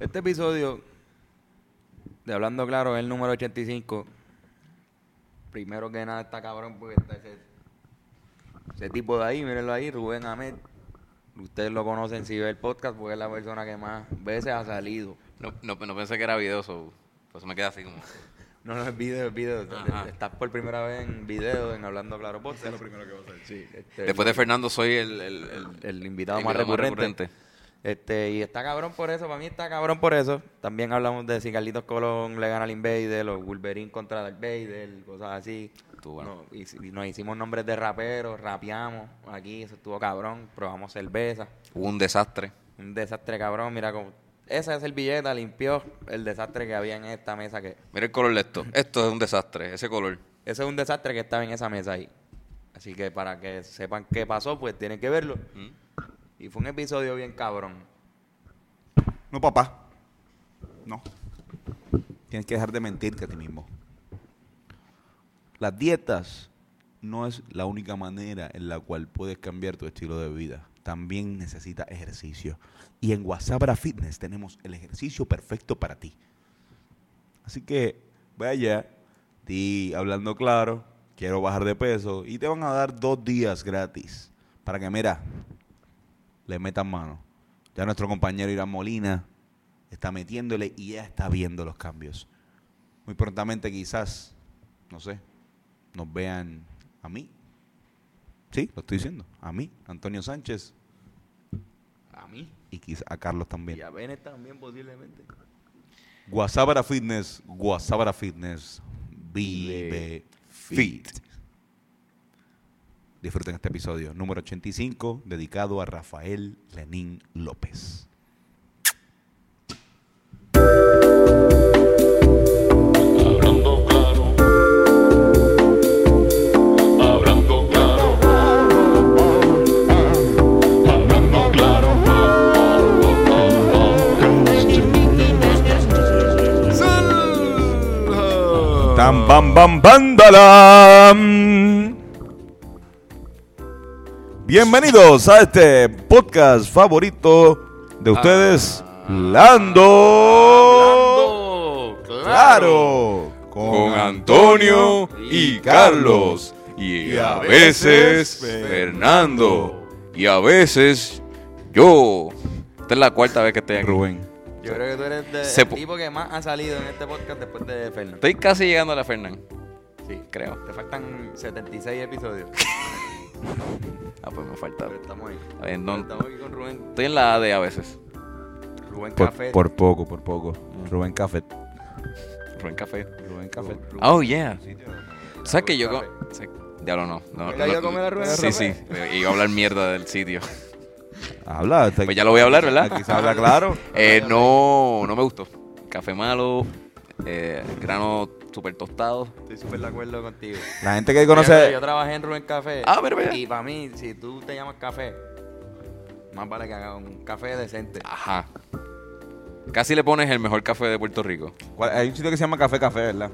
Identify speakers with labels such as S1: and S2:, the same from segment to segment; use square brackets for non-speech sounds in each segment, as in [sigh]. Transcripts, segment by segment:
S1: Este episodio de Hablando Claro es el número 85. Primero que nada está cabrón porque está ese, ese tipo de ahí, mírenlo ahí, Rubén Ahmed. Ustedes lo conocen si ve el podcast porque es la persona que más veces ha salido.
S2: No, no, no pensé que era videoso. Por eso me quedé así como.
S1: No, no es video, es video.
S2: Ajá.
S1: Estás por primera vez en video, en Hablando Claro Podcast.
S3: Es lo primero que va a hacer.
S1: Sí, este,
S2: Después de Fernando soy el, el- el-
S1: el invitado
S2: el
S1: más
S2: invitado
S1: recurrente. Este, y está cabrón por eso, para mí está cabrón por eso. También hablamos de si Carlitos Colón le gana al Invader, los Wolverine contra Darth Vader, cosas así.
S2: Tú, bueno.
S1: No, y, si- y nos hicimos nombres de raperos, rapeamos aquí, eso estuvo cabrón, probamos cerveza.
S2: Hubo un desastre.
S1: Un desastre cabrón, mira cómo... Esa servilleta limpió el desastre que había en esta mesa que...
S2: Mira el color de esto. Esto es un desastre, ese color.
S1: Ese es un desastre que estaba en esa mesa ahí. Así que para que sepan qué pasó, pues tienen que verlo.
S2: ¿Mm?
S1: Y fue un episodio bien cabrón.
S3: No, papá. No. Tienes que dejar de mentirte a ti mismo. Las dietas no es la única manera en la cual puedes cambiar tu estilo de vida. También necesitas ejercicio. Y en Wasabra Fitness tenemos el ejercicio perfecto para ti. Así que ve allá, di hablando claro, quiero bajar de peso y te van a dar dos días gratis para que, mira, le metan mano. Ya nuestro compañero Irán Molina está metiéndole y ya está viendo los cambios. Muy prontamente quizás, no sé, nos vean a mí. Sí, lo estoy diciendo. A mí, Antonio Sánchez
S1: A mí.
S3: y quizás a Carlos también.
S1: Y a Bennett también posiblemente.
S3: Guasabara Fitness, Guasabara Fitness, vive fit. Disfruten este episodio número 85 dedicado a Rafael Lenín López.
S4: Hablando claro, hablando claro, hablando claro,
S3: Tam bam bam bandalam. Bienvenidos a este podcast favorito de ustedes, Lando. Claro,
S2: Con Antonio y Carlos. Y
S3: Y
S2: a
S3: a
S2: veces
S3: veces
S2: Fernando. Y a veces yo. Esta es la cuarta vez que estoy aquí.
S3: Rubén.
S1: Yo creo que tú eres de-
S2: Se
S1: el
S2: pu-
S1: tipo que más ha salido en este podcast después de Fernando.
S2: Estoy casi llegando a la Fernán.
S1: Sí.
S2: Creo.
S1: Te faltan 76 episodios.
S2: Ah, pues me falta.
S1: Pero estamos ahí.
S2: Está bien, no-
S1: Estamos aquí con Rubén.
S2: Estoy en la A de a veces.
S1: Rubén
S3: Por,
S1: Café.
S3: por poco, por poco. Rubén Café.
S2: Rubén Café.
S3: Rubén Café.
S2: Oh, yeah. ¿Sabes que yo.? co- sí, Diablo, no. no,
S1: ¿Te
S2: no-
S1: ha ido a comer a Rubén
S2: Sí,
S1: Café?
S2: sí. Iba a hablar mierda del sitio.
S3: Habla. está-
S2: Pues ya lo voy a hablar, ¿verdad?
S3: Aquí se habla claro.
S2: Eh, no, no me gustó. Café malo, eh, grano super tostado.
S1: Estoy súper de acuerdo contigo.
S3: La gente que
S2: [laughs]
S1: Yo,
S3: conoce.
S1: yo trabajé en Rubén Café.
S2: Ah, pero, pero.
S1: Y para mí, si tú te llamas café, más vale que haga un café decente.
S2: Ajá. Casi le pones el mejor café de Puerto Rico.
S3: ¿Cuál- Hay un sitio que se llama Café Café, ¿verdad?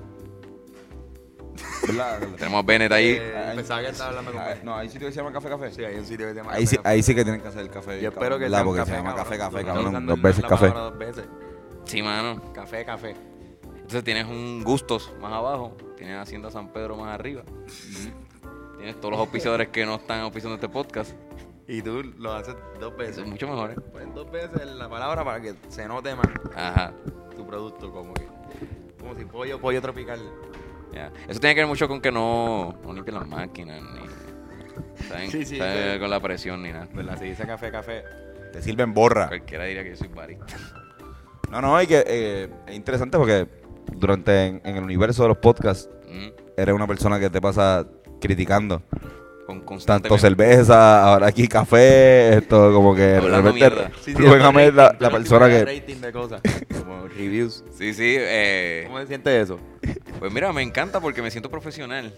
S3: ¿Verdad?
S2: [laughs] Tenemos a Bennett ahí.
S1: Eh, pensaba que estaba hablando con
S3: Ah, No, hay un sitio que se llama Café Café.
S1: Sí, hay un sitio que se llama
S3: Ahí
S1: Café
S3: sí,
S1: Café.
S3: ahí sí que tienen que hacer el café.
S1: Yo espero que
S3: ¿verdad?
S1: sea un
S3: Porque
S1: café,
S3: se llama café,
S1: cabrón.
S3: café,
S1: Estoy
S3: cabrón.
S1: usando
S3: Dos veces
S1: la
S3: café.
S1: palabra Dos veces.
S2: Sí, mano.
S1: Café, café.
S2: Entonces tienes un Gustos más abajo. Tienes Hacienda San Pedro
S1: [laughs]
S2: más arriba. Tienes todos los auspiciadores que no están auspiciando este podcast.
S1: Y tú lo haces dos
S2: Eso
S1: veces.
S2: es mucho mejor, ¿eh?
S1: Pues dos veces la palabra para que se note más
S2: Ajá.
S1: tu producto, como que. Como si pollo, pollo tropical.
S2: ya. Eso tiene que ver mucho con que no, no limpien las máquinas ni. ¿saben?
S1: Sí, sí,
S2: ¿saben?
S1: sí.
S2: Con la presión ni nada.
S1: ¿Verdad? Si dice café, café.
S3: Te sirven borra.
S2: Cualquiera diría que yo soy barista.
S3: No, no, y que eh, es interesante porque durante en, en el universo de los podcasts
S2: Mm.
S3: eres una persona que te pasa criticando.
S2: Con constante.
S3: Tanto cerveza, ahora aquí café, esto como que
S2: Hablando
S3: realmente
S2: mierda.
S1: Sí, sí,
S3: Rubén
S1: otro
S3: Ahmed, la,
S1: rating,
S3: la
S1: otro
S3: persona
S1: tipo de
S3: que...
S1: rating de cosas. Como reviews.
S2: Sí, sí. Eh,
S1: ¿Cómo se siente eso?
S2: pues mira, me encanta porque me siento profesional.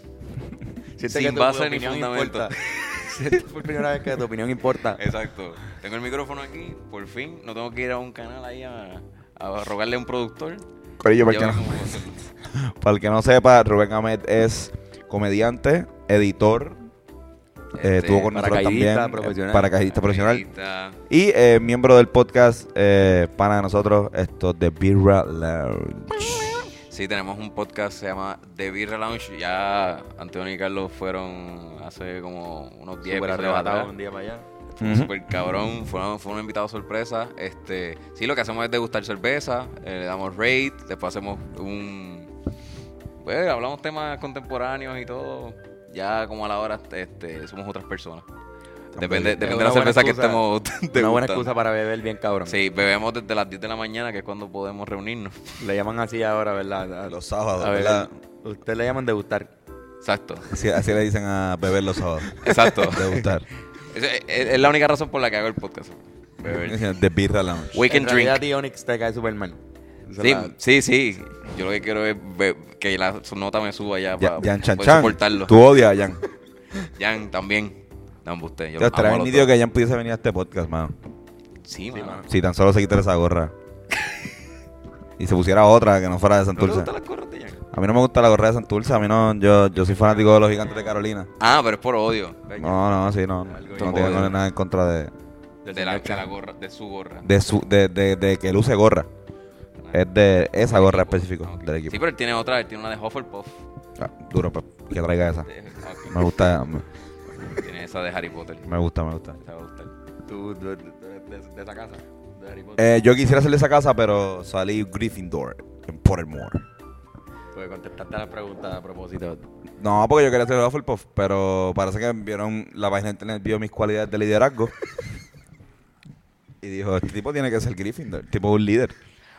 S1: Siente
S2: Sin
S1: tu
S2: base ni
S1: opinión
S2: fundamento.
S1: importa. [laughs] Siente por primera vez que tu opinión
S2: [laughs]
S1: importa.
S2: Exacto. Tengo el micrófono aquí, por fin. No tengo que ir a un canal ahí a, a rogarle a un productor. Ya
S3: Corillo, porque no-
S2: veo cómo hacerlo.
S3: Para el que no sepa, Rubén Ahmed es comediante, editor, Eh, estuvo con nosotros
S1: paracaidista
S3: también, eh,
S1: profesional.
S3: paracaidista profesional.
S2: Ahorita,
S3: Y eh, miembro del podcast, eh, pana de nosotros, esto de Birra Lounge.
S2: Sí, tenemos un podcast que se llama The Beer Lounge. Ya Antonio y Carlos fueron hace como unos 10
S1: Súper
S2: episodios
S1: arrebatado
S2: atrás.
S1: un día para allá.
S2: Fue súper cabrón, fue, un- fue un invitado sorpresa. Este, sí, lo que hacemos es degustar cerveza, eh, le damos rate, después hacemos un... Pues hablamos temas contemporáneos y todo. Ya como a la hora este, somos otras personas.
S1: Ah,
S2: Depende, depende de
S1: pues, una
S2: la
S1: buena
S2: cerveza que
S1: excusa.
S2: estemos
S1: Una
S2: [laughs]
S1: buena
S2: degustando.
S1: excusa para beber bien cabrón.
S2: Sí, bebemos desde las 10 de la mañana, que es cuando podemos reunirnos.
S1: Le llaman así ahora, ¿verdad? A-
S3: Los sábados,
S1: a beber.
S3: ¿verdad?
S1: Usted le llaman degustar.
S2: Exacto,
S3: Así, así le dicen a beber los sábados. [laughs]
S2: exacto.
S3: Degustar.
S2: Es, es- e, es la única razón por la que hago
S1: [laughs]
S2: el podcast. Beber.
S3: De Birra Lounge.
S2: We can
S1: en realidad,
S2: drink.
S1: tío Onyx te cae Superman. Esa
S2: Sí,
S1: es la-
S2: sí, sí. Yo lo que quiero es be- que la su nota me suba ya,
S3: Ya-
S2: para
S3: Jan Chan
S2: poder
S3: Chan.
S2: soportarlo.
S3: Tú odias a Jan.
S2: Jan también. No, usted. Yo los
S3: Ya
S2: amo
S3: estaría
S2: a los
S3: nítido
S2: dos.
S3: que Jan pudiese venir a este podcast, mano.
S2: Sí,
S1: Sí,
S2: mano.
S1: mano.
S3: Si tan solo se quitara esa gorra. Y se pusiera otra que no fuera de
S2: ¿No te
S3: Santurce.
S2: gustan las gorras de Jan?
S3: A mí no me gusta la gorra de Santurce. A mí no. Yo, yo soy fanático de los gigantes de Carolina.
S2: Ah, pero es por odio.
S3: No, no, sí, no. Tú no tienes nada en contra de,
S2: De la, de la gorra, de su gorra.
S3: de, su, de, de, de que luce gorra. Es de esa gorra específica
S2: Ah, ok.
S3: del
S2: Sí,
S3: equipo.
S2: pero él tiene otra, él tiene una de Hufflepuff.
S3: Ah, duro, pues, que traiga esa.
S2: De-
S3: Me
S2: ok.
S3: gusta, me,
S2: tiene esa de Harry Potter.
S3: me gusta, me gusta.
S2: Esa va a gustar.
S1: Tú, tú- tú eres de, de esa casa. De Harry Potter.
S3: Eh, yo quisiera hacerle esa casa, pero salí Gryffindor en Pottermore.
S1: Pues contestaste a la pregunta a propósito.
S3: No, porque yo quería ser Hufflepuff, pero parece que vieron la página de internet, vio mis cualidades de liderazgo.
S2: [laughs]
S3: y dijo, este tipo tiene que ser Gryffindor, tipo es un líder.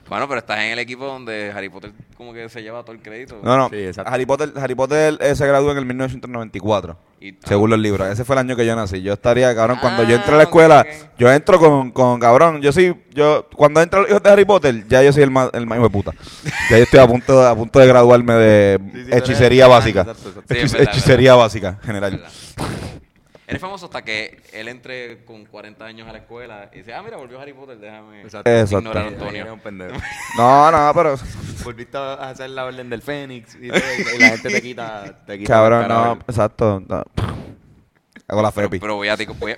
S2: Bueno, pero estás en el equipo donde Harry Potter como que se lleva todo el crédito.
S3: No, no,
S1: Sí, exacto.
S3: Harry Potter, Harry Potter eh, se graduó en el 1994,
S2: Y-
S3: según los libros. Ese fue el año que yo nací. Yo estaría, cabrón, cuando yo
S2: Ah,
S3: entré a la escuela,
S2: ok, ok.
S3: yo entro con, con cabrón, yo sí, yo, cuando entro los hijos de Harry Potter, ya yo soy el más, el más hijo de puta. Ya yo estoy a punto, a punto de graduarme de
S1: Sí, sí,
S3: hechicería
S1: tú eres-
S3: básica.
S1: Exacto, exacto.
S2: Sí,
S3: Hechic-
S2: es verdad,
S3: hechicería básica, general.
S2: ¿Verdad? Él es famoso hasta que él entre con 40 años a la escuela y dice, ah, mira, volvió Harry Potter, déjame.
S1: Exacto.
S3: Exacto.
S2: Ignorar a
S1: Ahí era
S2: Antonio.
S1: un pendejo. [laughs]
S3: No, no, pero.
S1: Volviste a hacer la orden del Fénix y, todo, y la gente te quita. Te quita
S3: Cabrón,
S1: el
S3: no,
S1: carabel.
S3: exacto. no. Hago la Fepi.
S2: Pero voy a ti, voy a,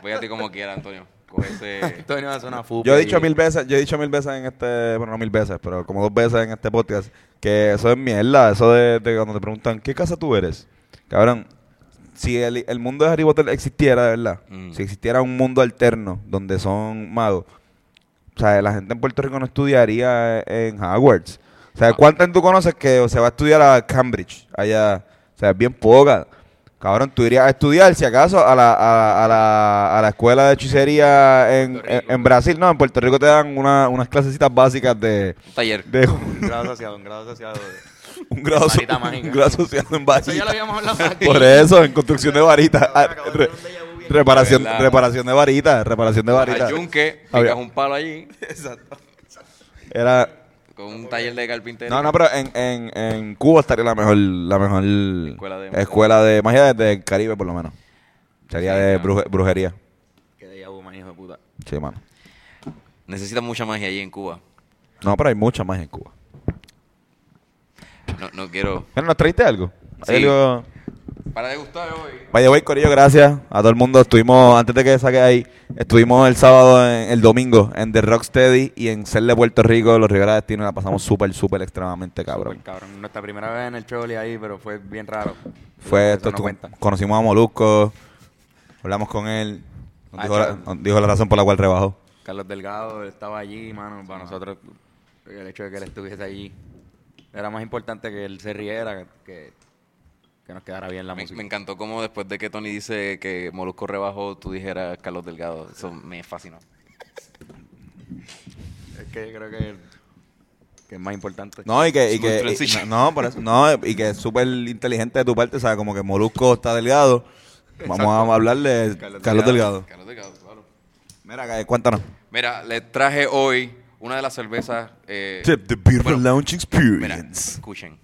S2: voy a ti como quiera, Antonio. Coge ese...
S1: Antonio hace una fupa.
S3: Yo he
S1: y-
S3: dicho mil veces, yo he dicho mil veces en este, bueno, no mil veces, pero como dos veces en este podcast, que eso es mierda, eso de, de cuando te preguntan, ¿qué casa tú eres? Cabrón, si el, el mundo de Harry Potter existiera, de verdad,
S2: Mm.
S3: si existiera un mundo alterno donde son magos, o sea, la gente en Puerto Rico no estudiaría en Hogwarts. O sea,
S2: Ah.
S3: ¿cuánta gente tú conoces que se va a estudiar a Cambridge allá? O sea, es bien poca. Cabrón, tú irías a estudiar, si acaso, a la, a, a la, a la escuela de hechicería en,
S1: Puerto Rico.
S3: en Brasil. No, en Puerto Rico te dan una- unas clasecitas básicas de,
S2: Un taller.
S3: de
S1: Un grado asociado, un grado asociado.
S3: un, grado, aso-
S1: Varita mágica.
S3: un grado asociado en
S1: Eso ya lo
S3: varita.
S1: habíamos [laughs] hablado aquí.
S3: Por eso, en construcción de varita. Ah,
S1: Acabo de
S3: re-
S1: tener un déjà vu bien.
S3: reparación,
S2: De verdad.
S3: reparación de varita, reparación de varita.
S2: Al yunque,
S1: Ah,
S3: Había-
S2: picas un palo allí
S3: Era...
S2: con un taller de carpintería.
S3: No, no, pero en, en, en Cuba estaría la mejor, la mejor escuela
S2: Escuela
S3: de,
S2: de-
S3: magia desde el Caribe, por lo menos. Sería
S2: Sí,
S3: de
S2: claro.
S3: bruje- brujería.
S1: Que de vu, man, hijo de puta.
S3: Sí, mano.
S2: Necesita mucha magia allí en Cuba.
S3: No, pero hay mucha magia en Cuba.
S2: No, no quiero...
S3: Bueno, ¿nos traiste algo?
S2: Sí.
S3: Algo-
S2: Para degustar hoy.
S3: By the way, Corillo, gracias a todo el mundo. Estuvimos, antes de que saque ahí, estuvimos el sábado, en- el domingo, en The Rocksteady y en Ser de Puerto Rico, los Rivera Destino, la pasamos súper, súper, extremadamente cabrón.
S1: Súper cabrón. Nuestra primera vez en el Choli ahí, pero fue bien raro.
S3: Fue
S1: Eso
S3: esto,
S1: no
S3: tu-
S1: cuenta.
S3: conocimos a Molusco, hablamos con él, nos
S1: Ah,
S3: dijo, la,
S1: chaval.
S3: nos dijo la razón por la cual rebajó.
S1: Carlos Delgado él estaba allí, mano. Para nosotros, el hecho de que él estuviese allí era más importante que él se riera, que, que nos quedara bien la
S2: Me,
S1: música.
S2: me encantó como después de que Tony dice que Molusco rebajó, tú dijeras Carlos Delgado. Eso me fascinó.
S1: Es que yo creo que, que es más importante.
S3: No, y que, y
S2: Smooth
S3: que y-
S2: transition.
S3: no, por eso- no, y que es súper inteligente de tu parte, o sea, como que Molusco está delgado. Vamos a hablarle de Carlos,
S1: Carlos
S3: Delgado.
S2: Carlos Delgado, claro.
S3: Mira, Gael, cuéntanos.
S2: Mira, les traje hoy una de las cervezas. eh,
S3: Tip the Beautiful
S2: bueno, Mira,
S3: Lounge Experience.
S2: escuchen.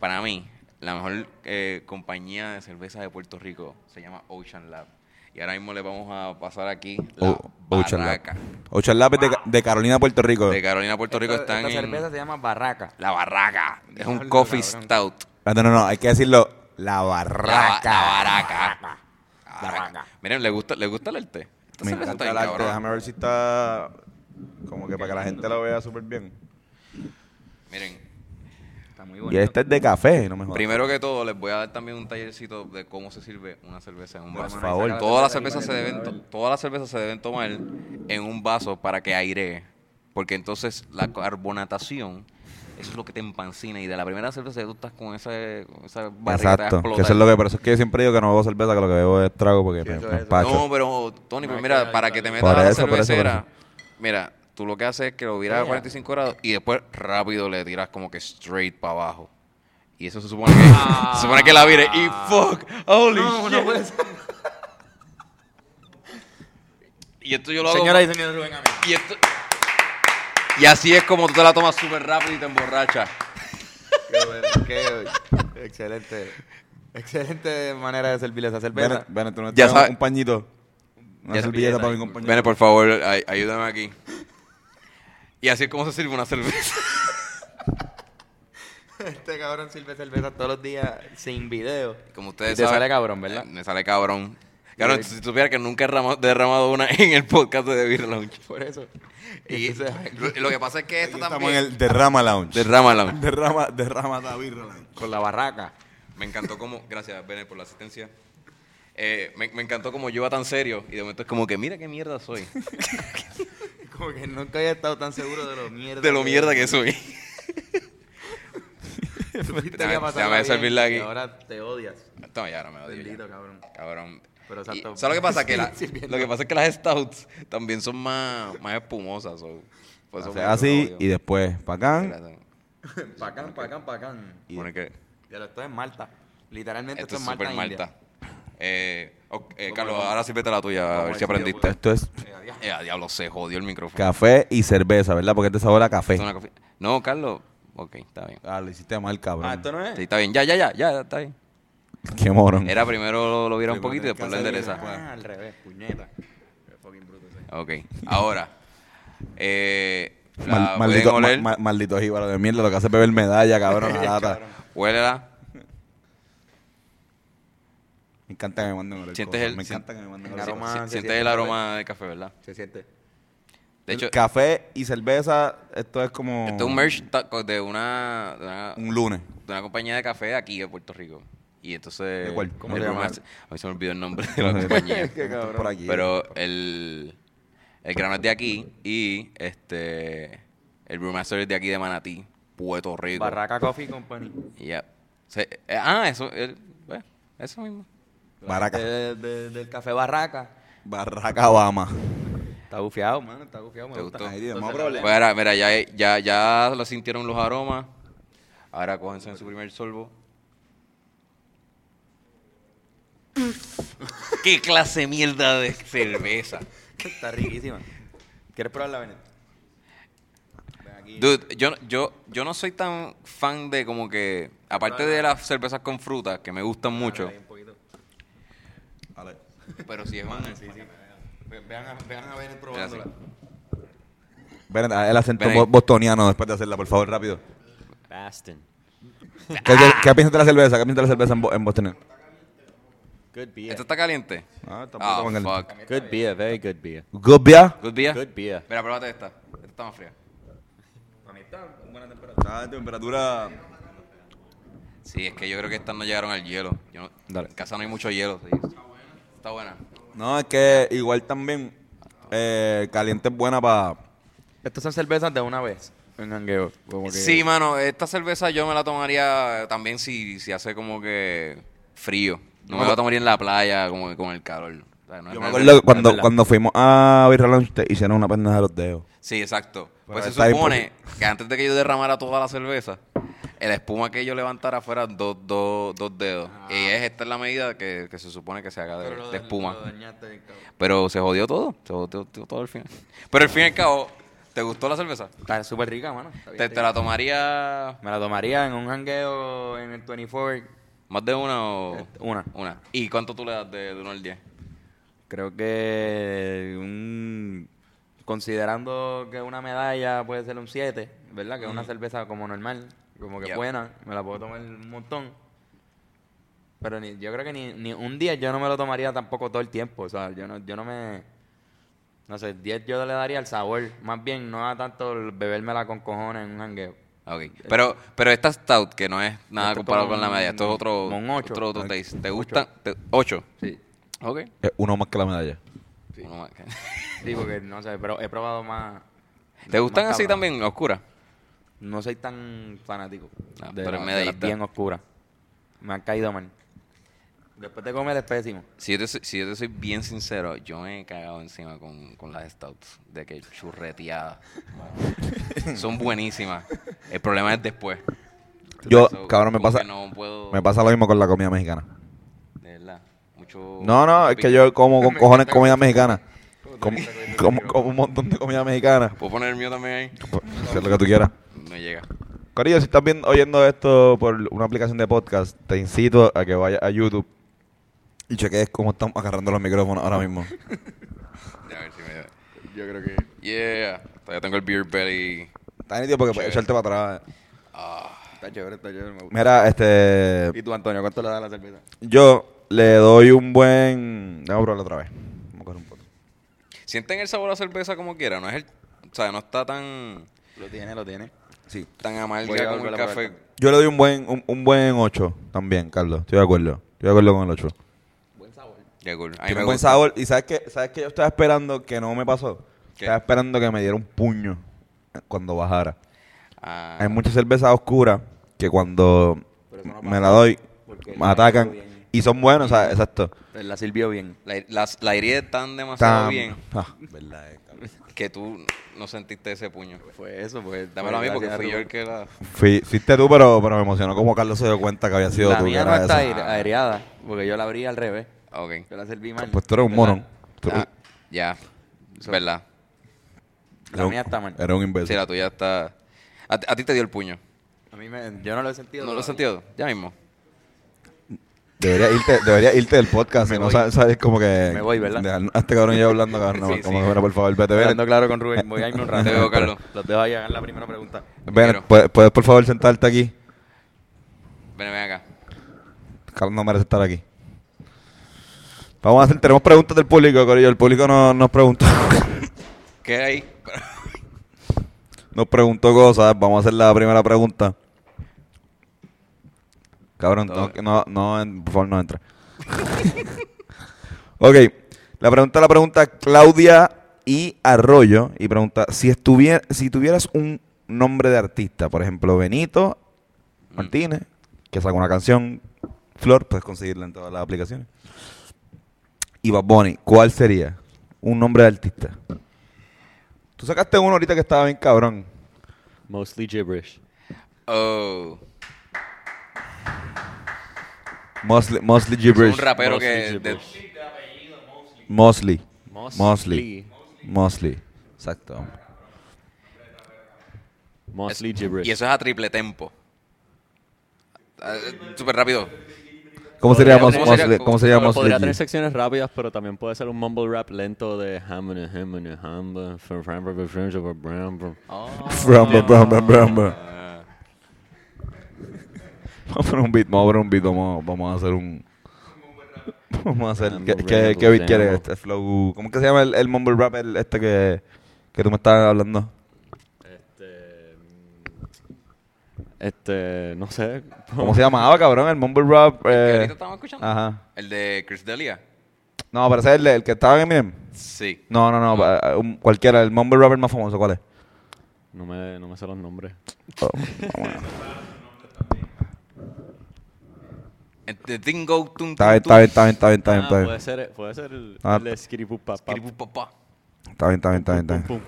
S2: Para mí, la mejor eh, compañía de cerveza de Puerto Rico se llama Ocean Lab. Y ahora mismo le vamos a pasar aquí la
S3: O- Oh, Ocean Lab.
S2: barraca.
S3: Ocean Lab es de, Ca- de Carolina, Puerto Rico.
S2: De Carolina, Puerto Rico,
S1: Esta-
S2: están
S1: esta
S2: en
S1: cerveza se llama Barraca.
S2: la barraca. Es un
S1: Diablo,
S2: coffee
S1: cabrón.
S2: stout.
S3: Ah, No, no, no, hay que decirlo. La
S2: La, ba-
S3: barraca.
S2: la barraca.
S1: Caranga.
S2: Miren, ¿le gusta, ¿le gusta el arte? Esta
S3: Me
S2: cerveza está
S3: encanta
S2: bien
S3: el arte.
S2: cabrón.
S3: Déjame ver si está. Como que para que la gente la vea súper bien.
S2: Miren,
S1: Está muy
S3: Y
S1: bonito.
S3: este es de café, no me jodas.
S2: primero que todo, les voy a dar también un tallercito de cómo se sirve una cerveza en un
S3: Por
S2: vaso.
S3: favor.
S2: Todas las cervezas se deben, to- todas las cervezas se deben tomar en un vaso para que airee, porque entonces la carbonatación eso es lo que te empancina y de la primera cerveza ya tú estás con esa, con esa barriga te va a
S3: Exacto. Que
S2: explotar.
S3: eso es lo que, por eso es que yo siempre digo que no bebo cerveza, que lo que bebo es trago porque me,
S1: eso
S3: me
S1: es.
S3: empacho.
S2: No, pero Tony, pues mira, para que te metas
S3: Por
S2: a la
S3: eso, por eso, por
S2: cervecera, mira, tú lo que haces es que lo viras a 45 grados y después rápido le tiras como que straight para abajo. Y eso se supone que se supone que la vire y fuck, holy
S1: No,
S2: shit.
S1: no puede ser.
S2: Y esto yo lo hago
S1: Señoras y señores, Rubén Amel.
S2: y esto y así es como tú te la tomas súper rápido y te emborrachas.
S1: Qué bueno, qué excelente. Excelente manera de servirle esa cerveza.
S3: Ven, ven, tú no
S2: Ya
S3: tienes
S2: sabe-
S3: un pañito. Una
S2: Ya
S3: servilleta
S1: sabe-
S3: para mi compañero.
S2: Vene, por favor, ay- ayúdame aquí. Y así es como se sirve una cerveza.
S1: Este cabrón sirve cerveza todos los días sin video.
S2: Como ustedes
S1: Y te
S2: saben.
S1: sale cabrón, ¿verdad?
S2: Eh, Me sale cabrón. Cabrón, si supieras que nunca he derrama- derramado una [laughs] en el podcast de The Beer Lounge.
S1: Por eso.
S2: Y
S1: Entonces,
S2: lo- lo que pasa es que esta
S3: Estamos en
S2: también.
S3: el Derrama Lounge.
S2: Derrama Lounge.
S3: derrama, derrama la birra Lounge.
S1: con la barraca.
S2: Me encantó como. Gracias, Bene, por la asistencia. Eh, me, me encantó como yo iba tan serio y de momento es como que mira qué mierda soy.
S1: Como que nunca había estado tan seguro de lo mierda.
S2: De lo
S1: [laughs]
S2: mierda que soy.
S1: Supiste
S2: Déjame-
S1: que pasarla
S2: déjame
S1: bien
S2: servirla aquí.
S1: Y ahora te odias.
S2: No, ya no me odio. ya.
S1: Bendito, cabrón.
S2: Cabrón.
S1: Pero
S2: Y-
S1: exacto.
S2: ¿sabes lo que
S1: [laughs]
S2: pasa? Que la-
S1: Sirviendo.
S2: lo que pasa es que las stouts también son más, más espumosas. so, pues por eso
S3: O
S2: me-
S3: sea, así
S2: lo
S3: ah, y
S2: odio.
S3: después para acá.
S1: Pacán, pacán, pacán.
S2: Supone que-
S1: Ya lo estoy en Malta. Literalmente
S2: Esto
S1: estoy
S2: es
S1: en
S2: súper
S1: Malta.
S2: Malta. Eh, ok, eh,
S1: Vamos,
S2: Carlos,
S1: vamos.
S2: ahora sí vete a la tuya, a ver
S1: Vamos, tío,
S2: si aprendiste.
S1: pues.
S3: Esto es
S1: India. Eh, adiós.
S2: Eh, a diablo, se jodió el micrófono.
S3: café y cerveza, ¿verdad? Porque este sabor a café.
S2: Esto es una cofi- No, Carlos, ok, está bien.
S3: Ah, lo hiciste mal, cabrón.
S1: Ah, esto no
S2: Sí,
S1: es.
S2: está bien, ya, ya, ya, ya, está bien.
S3: Qué morón.
S2: Era primero lo, lo vira un
S3: Sí, porque
S2: poquito y después lo
S3: tenés que
S2: endereza.
S3: hacer bien.
S1: Ah, al revés, puñeta. Qué fucking bruto ese.
S2: Ok, ahora. Eh, la
S3: Mal-
S2: pueden
S3: maldito,
S2: oler,
S3: ma- ma- maldito jíbaro de mierda, lo que hace es beber medalla, cabrón, la lata.
S1: Cabrón.
S2: huélela.
S3: Me encanta que me manden olor.
S2: Sientes
S3: cosas,
S2: el-
S3: Me encanta que me manden
S1: el
S3: olor.
S1: aroma
S3: cosas.
S1: se
S2: Si- Sientes
S1: siente
S2: el
S1: otra
S2: aroma del café, ¿verdad?
S1: Se siente.
S2: De hecho, esto
S3: café y cerveza, esto es como
S2: es un merch ta- de una, de una,
S3: un lunes.
S2: de una compañía de café aquí de Puerto Rico. Y entonces...
S3: ¿De cuál? ¿Cómo
S2: el
S3: se llama?
S2: brewmaster- A mí se me olvidó el
S3: [laughs]
S2: nombre de la compañía.
S1: Qué cabrón.
S3: Por aquí.
S2: Pero el, el grano es de aquí y este el brewmaster es de aquí de Manatí, Puerto Rico.
S1: Barraca Coffee Company.
S2: Yep. Se- eh, ah, eso, el- bueno, eso mismo.
S3: Barraca.
S1: De- de- del café Barraca.
S3: Barraca Obama.
S1: Está bufiado, mano. Está bufiado. Me
S2: ¿Te
S1: gusta.
S2: gustó?
S3: Ahí tiene, vamos a
S1: Entonces,
S3: probarle.
S2: Mira, Pues mira, ya, ya, ya lo sintieron los aromas. Ahora cógense en su primer sorbo. [laughs] ¿Qué clase de mierda de cerveza?
S1: Está riquísima. ¿Quieres probarla, Benet? Ven aquí.
S2: Dude, yo, yo, yo no soy tan fan de como que, aparte de las cervezas con fruta, que me gustan mucho,
S1: Ahí un poquito.
S2: pero si es un...
S1: Ve- Vean a, vean a Benet probándola.
S3: Ven, el acento
S2: Ven ahí.
S3: bo- bostoniano después de hacerla, por
S2: [laughs]
S3: favor, rápido.
S5: Bastin.
S3: ¿Qué, qué, qué piensas de la cerveza? ¿Qué piensas de la cerveza en, bo- en bostoniano?
S5: Good beer.
S2: ¿Esto está caliente?
S3: Ah, está un
S2: Ah,
S3: poco más caliente.
S2: fuck.
S5: Good beer. Very good beer.
S3: Good beer.
S2: Good beer.
S5: Good beer.
S2: Mira, pruébate esta. Esta está más fría.
S1: Para mí está buena temperatura.
S3: Está a temperatura...
S2: Sí, es que yo creo que estas no llegaron al hielo. Yo no-
S3: Dale.
S2: En casa no hay mucho hielo. sí. Está buena.
S3: No, es que igual también eh, caliente es buena para...
S1: Estas son cervezas de una vez. En jangueo. Como que-
S2: Sí, mano, esta cerveza yo me la tomaría también si, si hace como que frío. No me la tomaría en la playa como que con el calor. O sea, Ah, no es-
S3: Yo me acuerdo que cuando,
S1: verdad.
S3: cuando fuimos a Birra Lounge te hicieron una pendeja de los dedos.
S2: Sí, exacto. Pues se
S3: está bien
S2: supone que antes de que yo derramara toda la cerveza, la espuma que yo levantara fuera dos, dos, dos dedos.
S3: Ah.
S2: Y es, esta es la medida que, que se supone que se haga de,
S1: Pero lo
S2: de
S1: da-
S2: espuma.
S1: lo dañaste, cabrón.
S2: Pero se jodió todo. Se jodió todo, todo al final. Pero al fin y al cabo, ¿te gustó la cerveza?
S1: Está súper rica, mano. Está bien
S2: ¿Te, te la tomaría
S1: Me la tomaría en un jangueo en el 24.
S2: más de una
S5: Oh.
S2: o...?
S1: Este, una.
S2: Una. ¿Y cuánto tú le das de, de 1 al 10?
S1: Creo que un- considerando que una medalla puede ser un 7, ¿verdad? Que es una cerveza como normal, como que
S2: Yep.
S1: buena, me la puedo tomar un montón.
S6: Pero ni, yo creo que ni, ni un día yo no me lo tomaría tampoco todo el tiempo. O sea, yo no, yo no me. No sé, 10 yo le daría el sabor. Más bien, no a tanto el bebérmela con cojones en un jangueo.
S2: Ah, Ok. Pero, pero esta stout, que no es nada
S6: Esto es
S2: comparado
S6: como
S2: con la
S6: un-
S2: media, esto es otro,
S6: como un ocho.
S2: otro, otro
S6: Ok.
S2: taste. ¿Te
S6: Ocho.
S2: gusta? Te- ¿Ocho?
S6: Sí.
S2: Ok.
S3: Eh, uno más que la medalla.
S2: Uno más.
S6: Sí, porque no sé, pero he probado más.
S2: ¿Te gustan
S6: más
S2: así
S6: cabrón.
S2: también, oscuras?
S6: No soy tan fanático.
S2: Ah,
S6: de
S2: pero
S6: la-
S2: es
S6: de
S2: medallista.
S6: las bien oscuras. Me han caído mal. Después de comer es pésimo.
S2: Si yo, te, soy- si yo te soy bien sincero, yo me he cagado encima con, con las stouts. De que
S6: [laughs]
S2: churreteadas. Son buenísimas. El problema es después.
S3: Yo,
S2: So,
S3: cabrón, me
S2: como
S3: pasa,
S2: que no puedo.
S3: me pasa lo mismo con la comida mexicana.
S2: De verdad. Mucho.
S3: No, no,
S2: mucho
S3: es que
S2: pico.
S3: yo como con cojones comida mexicana. Como, [laughs] como, como un montón de comida mexicana.
S2: ¿Puedo poner el mío también ahí?
S3: Hacer lo que tú quieras.
S2: No llega.
S3: Corillo, si estás viendo- oyendo esto por una aplicación de podcast, te incito a que vayas a YouTube y cheques cómo estamos agarrando los micrófonos ahora mismo.
S2: Ya, a ver si me Yo creo que. Yeah. Todavía tengo el beer belly.
S3: Está nítido porque puedes
S2: Chévere.
S3: echarte para atrás.
S6: Está chévere, está chévere. me gusta.
S3: Mira, este.
S6: ¿Y tú, Antonio, cuánto le das a la cerveza?
S3: Yo le doy un buen. Déjame probarlo otra vez. Vamos a coger un poco.
S2: Sienten el sabor a cerveza como quiera. No es el. O sea, no está tan.
S6: Lo tiene, lo tiene.
S3: Sí.
S2: Tan
S6: Voy
S2: amarga
S6: a
S2: como el
S6: volver a probar
S2: café.
S6: también.
S3: Yo le doy un buen un, un buen 8 también, Carlos. Estoy de acuerdo. Estoy de acuerdo con el 8.
S2: Qué cool. A mí
S3: Tiene
S2: me
S3: un buen
S2: gusta.
S3: sabor. ¿Y sabes qué? ¿Sabes qué yo estaba esperando que no me pasó?
S2: ¿Qué?
S3: Estaba esperando que me diera un puño cuando bajara.
S2: Ah,
S3: Hay muchas cervezas oscuras que cuando
S6: Pero eso no
S3: me
S6: pasa,
S3: la doy,
S6: porque
S3: me
S6: la
S3: atacan.
S6: sirvió bien.
S3: Y son buenos, ¿sabes? Exacto.
S6: Él La sirvió bien.
S2: La, las- la herida es tan demasiado
S3: Tan-
S2: bien
S6: [laughs]
S3: Ah.
S6: eh,
S2: que tú no sentiste ese puño.
S6: Fue eso, pues.
S2: Dámelo a mí porque
S6: gracias
S2: fui
S6: tu-
S2: yo el que la...
S3: Fui- fuiste tú, pero, pero me emocionó como Carlos se dio cuenta que había sido
S6: La
S3: tú. que
S6: mía no
S3: era
S6: está
S3: eso.
S6: aire- aireada, porque yo la abrí al revés.
S2: Ah, Ok.
S6: Yo la serví mal.
S3: Pues tú eres un mono. Tú-
S2: Ah, ya. Es verdad.
S6: La
S3: eres
S6: mía
S3: un-
S6: está mal.
S3: Eres un
S2: Sí,
S3: imbécil.
S2: la tuya está... A, ti- a ti te dio el puño.
S6: A mí me, yo no lo he sentido.
S2: ¿No lo
S6: todavía.
S2: has sentido? Ya mismo.
S3: Debería irte, debería irte del
S6: [laughs]
S3: podcast, si no
S6: voy.
S3: sa- sabes como que...
S6: Me voy, ¿verdad?
S3: Dejar a este cabrón ya hablando,
S6: [laughs]
S3: cabrón.
S2: Sí,
S3: como
S2: sí.
S3: que, bueno, por favor, vete,
S6: Hablando
S3: vete.
S6: claro con Rubén, voy a irme un
S2: [laughs]
S6: rato.
S2: Te veo, Carlos.
S6: Los dejo ahí, hagan la primera pregunta.
S3: Ven,
S2: quiero.
S3: ¿puedes, puedes, por favor sentarte aquí.
S2: Ven, ven acá.
S3: Carlos no merece estar aquí. Vamos a hacer, tenemos preguntas del público, Corillo. El público no, nos preguntó, [laughs]
S2: ¿Qué hay ahí?
S3: nos preguntó cosas. Vamos a hacer la primera pregunta. Cabrón, no,
S2: Todo.
S3: no, no, en- por favor, no entra. [laughs] ok, la pregunta la pregunta Claudia y Arroyo. Y pregunta, si, estuviera, si tuvieras un nombre de artista, por ejemplo, Benito Martínez, que sacó una canción, Flor, puedes conseguirla en todas las aplicaciones. Y Bad Bunny, ¿cuál sería un nombre de artista? Tú sacaste uno ahorita que estaba bien cabrón.
S1: Mostly gibberish.
S2: Oh.
S3: Mosley, Mosley
S2: Es
S3: Gibberish.
S2: un rapero
S1: Mostly
S2: que... de-
S1: gibberish.
S3: Mosley.
S1: Mosley.
S3: Mosley. Mosley. Exacto.
S1: Mostly gibberish.
S2: y eso es a triple tempo. Ah, Súper rápido.
S3: Eh, ¿Cómo sería
S2: ¿Cómo
S3: Mos-
S2: sería-
S3: Mosley? ¿Cómo sería
S1: Pero
S3: Mosley?
S1: podría tener
S3: G?
S1: secciones rápidas, pero también puede ser un mumble rap lento de hammer, hammer, hammer, fr- fr- fr- fr- fr- fr- fr- fr-
S3: [laughs] Bramba, bramba, bramba.
S1: Ah,
S3: Vamos a poner un beat, vamos a poner un beat, vamos, vamos a hacer un... [laughs] Vamos a hacer... ¿Qué,
S1: Mumble
S3: qué,
S1: rap,
S3: qué beat
S1: lo
S3: quieres?
S1: llamo.
S3: Este flow... ¿Cómo que se llama el, el mumble rap el- este que, que tú me estabas hablando?
S1: Este, mm, este, no sé.
S3: ¿Cómo se llamaba, cabrón? El mumble rap...
S2: ¿Qué
S3: eh,
S2: ahorita estamos escuchando?
S3: Ajá.
S2: ¿El de Chris Delia?
S3: No, pero ese es el, el que estaba en Eminem.
S2: Sí.
S3: No, no, no. pa- eh, un- cualquiera. El mumble rap el más famoso, ¿cuál es?
S1: No me, no me sé los nombres.
S3: Oh, vamos a-
S2: El de Dingo Tum
S3: Está bien, está bien, está bien, está bien, está bien,
S1: Ah,
S3: está bien.
S1: puede ser, puede ser el,
S3: Ah,
S1: el de Skitty Poop Pap Pap.
S2: Kiribu Papá.
S3: Está bien, está bien, está bien, está bien.
S1: Pum, pum.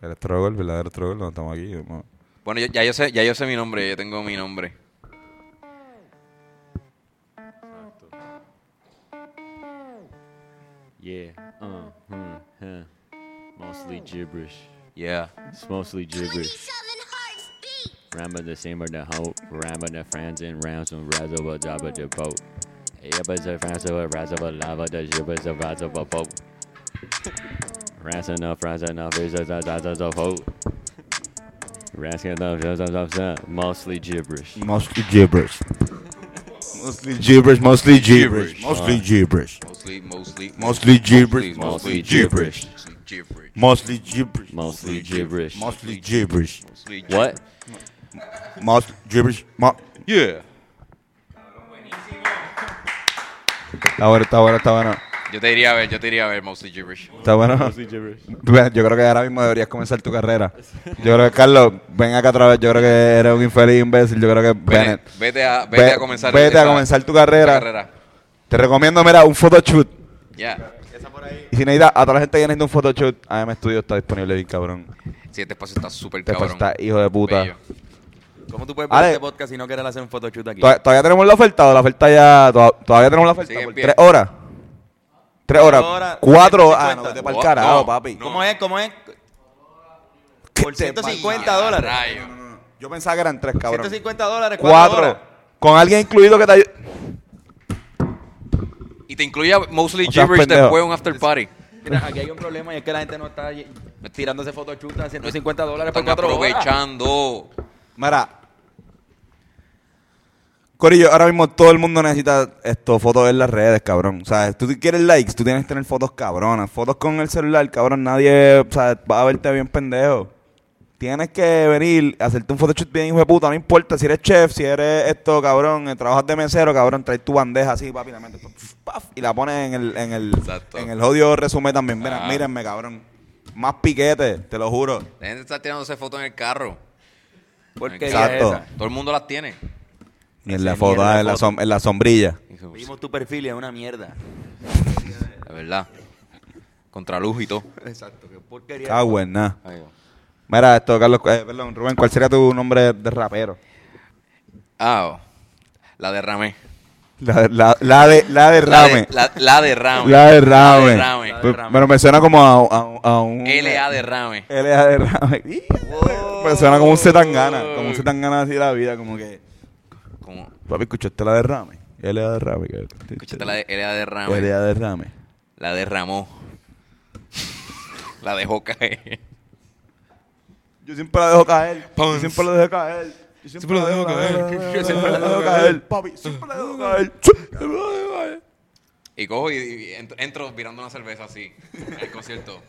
S3: El Struggle, el verdadero Struggle, no estamos aquí. vamos.
S2: Bueno, yo- ya, yo sé, ya yo sé mi nombre, ya tengo mi nombre.
S1: Yeah. Uh, hmm, huh. Mostly gibberish.
S2: Yeah.
S1: It's mostly gibberish. Ramba the same or the hope. Ramba the friends and rounds and razaba jabba the boat. Yabba the friends of a razaba lava the jibbers of razaba boat. Rats enough, rats enough, is a that's a vote. Rats enough, rats enough, enough, mostly gibberish.
S3: Mostly gibberish. Mostly gibberish, mostly gibberish,
S2: Gibberish.
S3: Ah. mostly gibberish,
S2: Mostly, mostly.
S3: Mostly gibberish.
S1: Mostly gibberish.
S2: Mostly gibberish.
S3: mostly gibberish,
S1: Mostly gibberish.
S3: mostly gibberish,
S2: Mostly gibberish.
S1: What?
S3: mostly gibberish. mo-
S2: Yeah.
S3: Está bueno, está bueno, está bueno.
S2: Yo te diría a ver, yo te diría a ver mostly gibberish.
S3: Está bueno. Bueno, Yo creo que ahora mismo deberías comenzar tu carrera. Yo creo que, Carlos, ven acá otra vez. Yo creo que eres un infeliz imbécil. Yo creo que,
S2: Vete,
S3: Bennett,
S2: vete a, vete
S3: ve-
S2: a comenzar.
S3: vete a
S2: esa-
S3: comenzar tu
S2: esa
S3: carrera. te recomiendo, mira, un photoshoot.
S2: Ya.
S3: Y si necesitas, a toda la gente que necesita un photoshoot, AM Studio está disponible bien, cabrón.
S2: Sí, este espacio está súper
S3: Este
S2: cabrón.
S3: está hijo de puta.
S2: Bello.
S6: ¿Cómo tú puedes ver
S3: Ale.
S6: este podcast si no quieres hacer un photoshoot aquí?
S3: ¿Todavía, todavía tenemos la oferta o la oferta ya. toda- Todavía tenemos la oferta.
S2: Sigue en
S3: por
S2: pie.
S3: ¿Tres horas? ¿Tres horas?
S6: horas,
S3: ¿Cuatro horas? Ah,
S6: 150.
S3: no, vete pa'l
S2: No,
S3: carajo,
S2: no.
S3: papi.
S6: ¿Cómo es? ¿Cómo es? Por
S3: te
S6: 150
S3: pasa?
S6: dólares.
S2: Rayo.
S3: Yo pensaba que eran tres, cabrón.
S6: 150 dólares, 4
S3: Cuatro. Con alguien incluido que te ayude.
S2: Y te incluye mostly
S3: O sea,
S2: gibberish
S3: pendejo.
S2: después de un after party.
S6: Mira, aquí hay un problema y es que la gente no está ye- tirándose fotochutas a 150 dólares por
S2: Están
S6: 4 horas.
S2: aprovechando.
S3: Mira. Corillo, ahora mismo todo el mundo necesita esto, fotos en las redes, cabrón. O sea, tú quieres likes, tú tienes que tener fotos cabronas. Fotos con el celular, cabrón, nadie o sea, va a verte bien pendejo. Tienes que venir, hacerte un photoshoot bien hijo de puta, no importa si eres chef, si eres esto, cabrón, eh, trabajas de mesero, cabrón, traes tu bandeja así, papi, la metes, paf, paf, y la pones en el, en el,
S2: Exacto.
S3: en el jodido resumen también. Mira,
S2: Ah.
S3: mírenme, cabrón. Más piquete, te lo juro.
S2: La gente está tirándose fotos en el carro.
S6: Porque
S3: Exacto.
S6: esa.
S2: Todo el mundo las tiene.
S3: Y en la
S6: Sí,
S3: foto,
S6: mierda,
S3: ah, en la,
S6: foto.
S3: som- en la sombrilla.
S6: Vimos tu perfil y es una mierda.
S2: La verdad. Contraluz y todo. Ah,
S6: Exacto, qué porquería.
S3: Está buena.
S2: Ahí va.
S3: Mira esto, Carlos, eh, perdón, Rubén, ¿cuál sería tu nombre de rapero?
S2: Ah, oh. la derramé.
S3: La, la, la de,
S2: La
S3: la de
S2: de-
S3: Rame.
S2: La, la derrame.
S3: La de Rame.
S2: derrame.
S3: Pe- Pero me suena como a, a- a un...
S2: LA derrame.
S3: L.A. de Rame. [laughs] Me suena como un zetangana, como un zetangana así de la vida, como que...
S2: Como,
S3: Papi, ¿escuchaste la de Rame? L.A. de Rame. que-
S2: escúchate, la de, LA derrame.
S3: L.A. de Rame.
S2: La derramó. la dejó caer.
S3: Yo siempre la dejo caer. Yo
S2: Pons.
S3: siempre la dejo caer. Yo siempre la dejo caer. Yo siempre la dejo caer. Papi, siempre la dejo caer. Siempre la dejo caer. [laughs]
S2: Y cojo y, y ent- entro virando una cerveza así. Al concierto.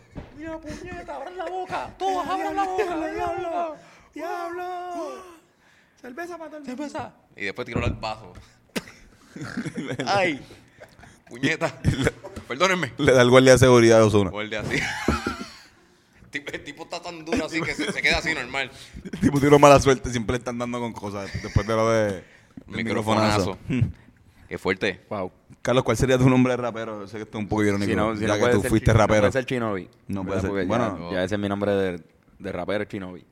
S2: Y después tiró al vaso. ¡Ay! Puñeta. Perdónenme.
S3: Le da el guardia de seguridad a Osuna.
S2: Vuelve así. [laughs] El tipo- El tipo está tan duro así que se, se queda así normal.
S3: [laughs] tipo tiene mala suerte, siempre le están dando con cosas después de lo de del
S2: Microfonazo. Qué fuerte.
S6: Wow.
S3: Carlos, ¿cuál sería tu nombre de rapero? Yo sé que esto es un poco irónico,
S6: Si no, si
S3: ya
S6: no
S3: que
S6: puede
S3: tú
S6: ser
S3: fuiste
S6: chi-
S3: rapero.
S6: No puede ser Chinobi.
S3: No puede
S6: ¿verdad?
S3: ser.
S6: Porque ya-
S3: Bueno.
S6: ya, ese es mi nombre de, de rapero, Chinobi.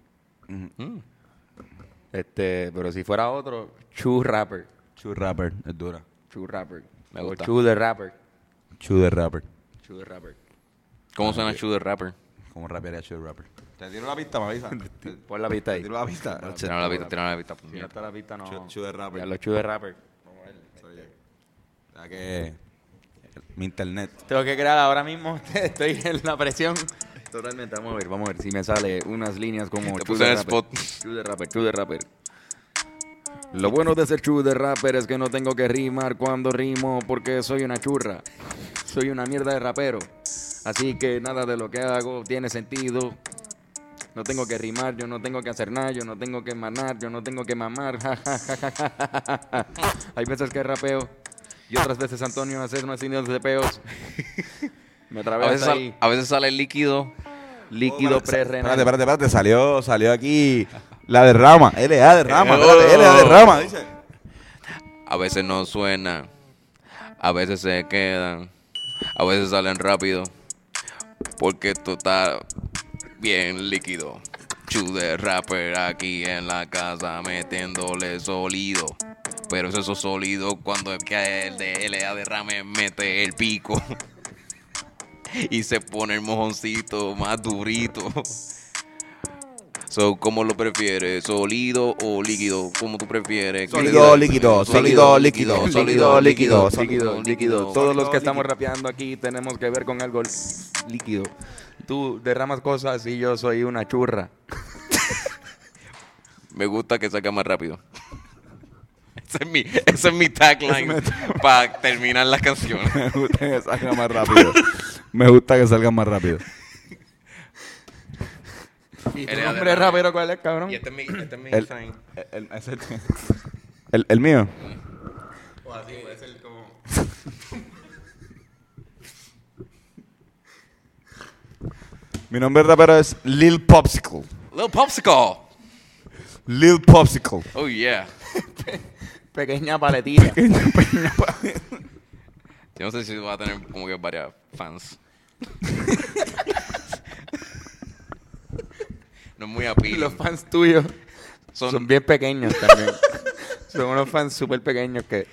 S6: Este, pero si fuera otro, Chu Rapper.
S3: Chu rapper, es dura.
S6: Chu Rapper.
S2: Me
S6: O
S2: gusta.
S6: Chu the Rapper.
S3: Chu de rapper.
S6: Chu the Rapper.
S2: ¿Cómo suena Shoe the Rapper?
S3: Como rapearía Chu de rapper. Te tiro la pista, me [laughs] avisa. Te
S6: Pon la pista ahí.
S3: tiro la pista.
S2: Tiraron la pista, tiraron la pista.
S6: Si no
S2: puñeta.
S6: está la pista, no.
S3: Chu- Chu the Rapper.
S6: Ya, los Chu the Rapper.
S3: Ya que mi internet.
S6: Tengo que crear ahora mismo. [laughs] Estoy en la presión. Totalmente. Vamos a ver, vamos a ver si me sale unas líneas como
S2: Te
S6: Chu
S2: puse
S6: de
S2: en el
S6: rapper.
S2: spot.
S6: Chu de rapper, Chu de rapper. Lo bueno de ser chu de rapper es que no tengo que rimar cuando rimo porque soy una churra. Soy una mierda de rapero. Así que nada de lo que hago tiene sentido. No tengo que rimar, yo no tengo que hacer nada, yo no tengo que manar, yo no tengo que mamar. Hay veces que rapeo y otras veces Antonio hace unos signos de peos. [laughs] Me
S2: A
S6: trabé
S2: veces,
S6: hasta
S2: sal-
S6: Ah, ahí. Oh,
S2: a veces sale el líquido.
S6: Líquido
S3: Espérate,
S6: prerrenal.
S3: espérate, espérate. Salió, salió aquí la derrama. LA derrama. Espérate,
S2: Oh.
S3: LA derrama. Dice. [laughs]
S2: A veces no suena. A veces se quedan. A veces salen rápido. Porque esto está bien líquido. Chu de rapper aquí en la casa metiéndole sólido. Pero eso es sólido cuando es que el de LA derrame mete el pico. [laughs] Y se pone el mojoncito más durito. So, ¿Cómo lo prefieres? ¿Sólido o líquido? ¿Cómo tú prefieres?
S3: Sólido, líquido, sólido, líquido, sólido, líquido,
S6: Líquido, líquido. Todos los que estamos rapeando aquí tenemos que ver con algo líquido. Tú derramas cosas y yo soy una churra.
S2: Me gusta que saca más rápido. [laughs] Ese es mi, ese es mi tagline [laughs] para terminar las canciones.
S3: Me gusta que salga más [laughs] rápido. Me gusta que salga más rápido.
S6: ¿Y tu
S2: Eres
S6: nombre
S2: adelante.
S6: rapero cuál es, cabrón?
S2: Y este es mi, este es mi
S3: El-
S2: sign.
S3: El, el- el mío. Mi nombre rapero es Lil Popsicle.
S2: Little Popsicle.
S3: Lil Popsicle.
S2: Oh, yeah.
S6: Pequeña paletita.
S2: Yo no sé si va a tener como que varias [laughs] fans. no es muy
S6: y
S2: appealing.
S6: los fans tuyos son,
S2: Son-
S6: bien pequeños
S3: [laughs]
S6: también. son unos fans súper pequeños que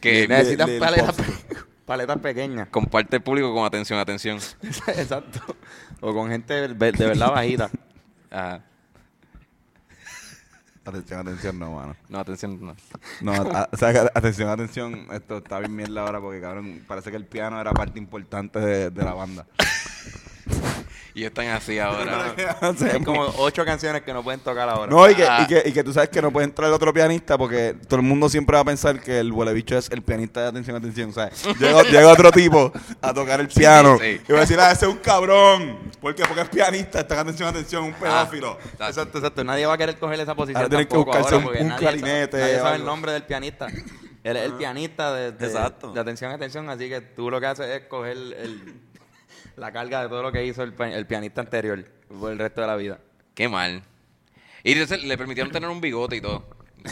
S2: que
S6: necesitan
S3: Lil
S6: paletas, pe- paletas
S3: [laughs]
S6: pequeñas.
S2: comparte el público con atención, atención.
S6: Exacto. O con gente de de verdad
S3: [laughs]
S6: bajita.
S2: Ajá.
S3: Atención, atención, no, mano.
S2: No, atención, no.
S3: No, a- o sea, que- atención, atención. Esto está bien mierda ahora porque, cabrón, parece que el piano era parte importante de, de la banda.
S2: Y están así
S3: [laughs]
S2: ahora.
S3: O sea,
S6: Hay como ocho canciones que no pueden tocar ahora.
S3: No, y que, y, que, y que tú sabes que no puede entrar otro pianista porque todo el mundo siempre va a pensar que el bicho es el pianista de atención, atención. O sea,
S2: [laughs]
S3: llega, llega otro tipo a tocar el piano
S2: sí.
S3: y va a decir, ah, ese es un cabrón. ¿Por qué? Porque es pianista, está atención, atención, un pedófilo.
S2: Ah, exacto.
S6: Exacto, exacto. Nadie va a querer coger esa posición.
S3: Ahora tienen que
S6: tampoco
S3: buscarse
S6: ahora,
S3: un-
S6: porque
S3: un
S6: nadie sabe-
S3: clarinete
S6: Nadie
S3: o
S6: sabe el
S3: algo. Ah.
S6: nombre del pianista. Él es el pianista de, de-
S3: Exacto.
S6: de atención, atención. Así que tú lo que haces es coger el- la carga de todo lo que hizo el, pa- el pianista anterior por el resto de la vida. [laughs]
S2: Qué mal. Y entonces le permitieron tener un bigote y todo.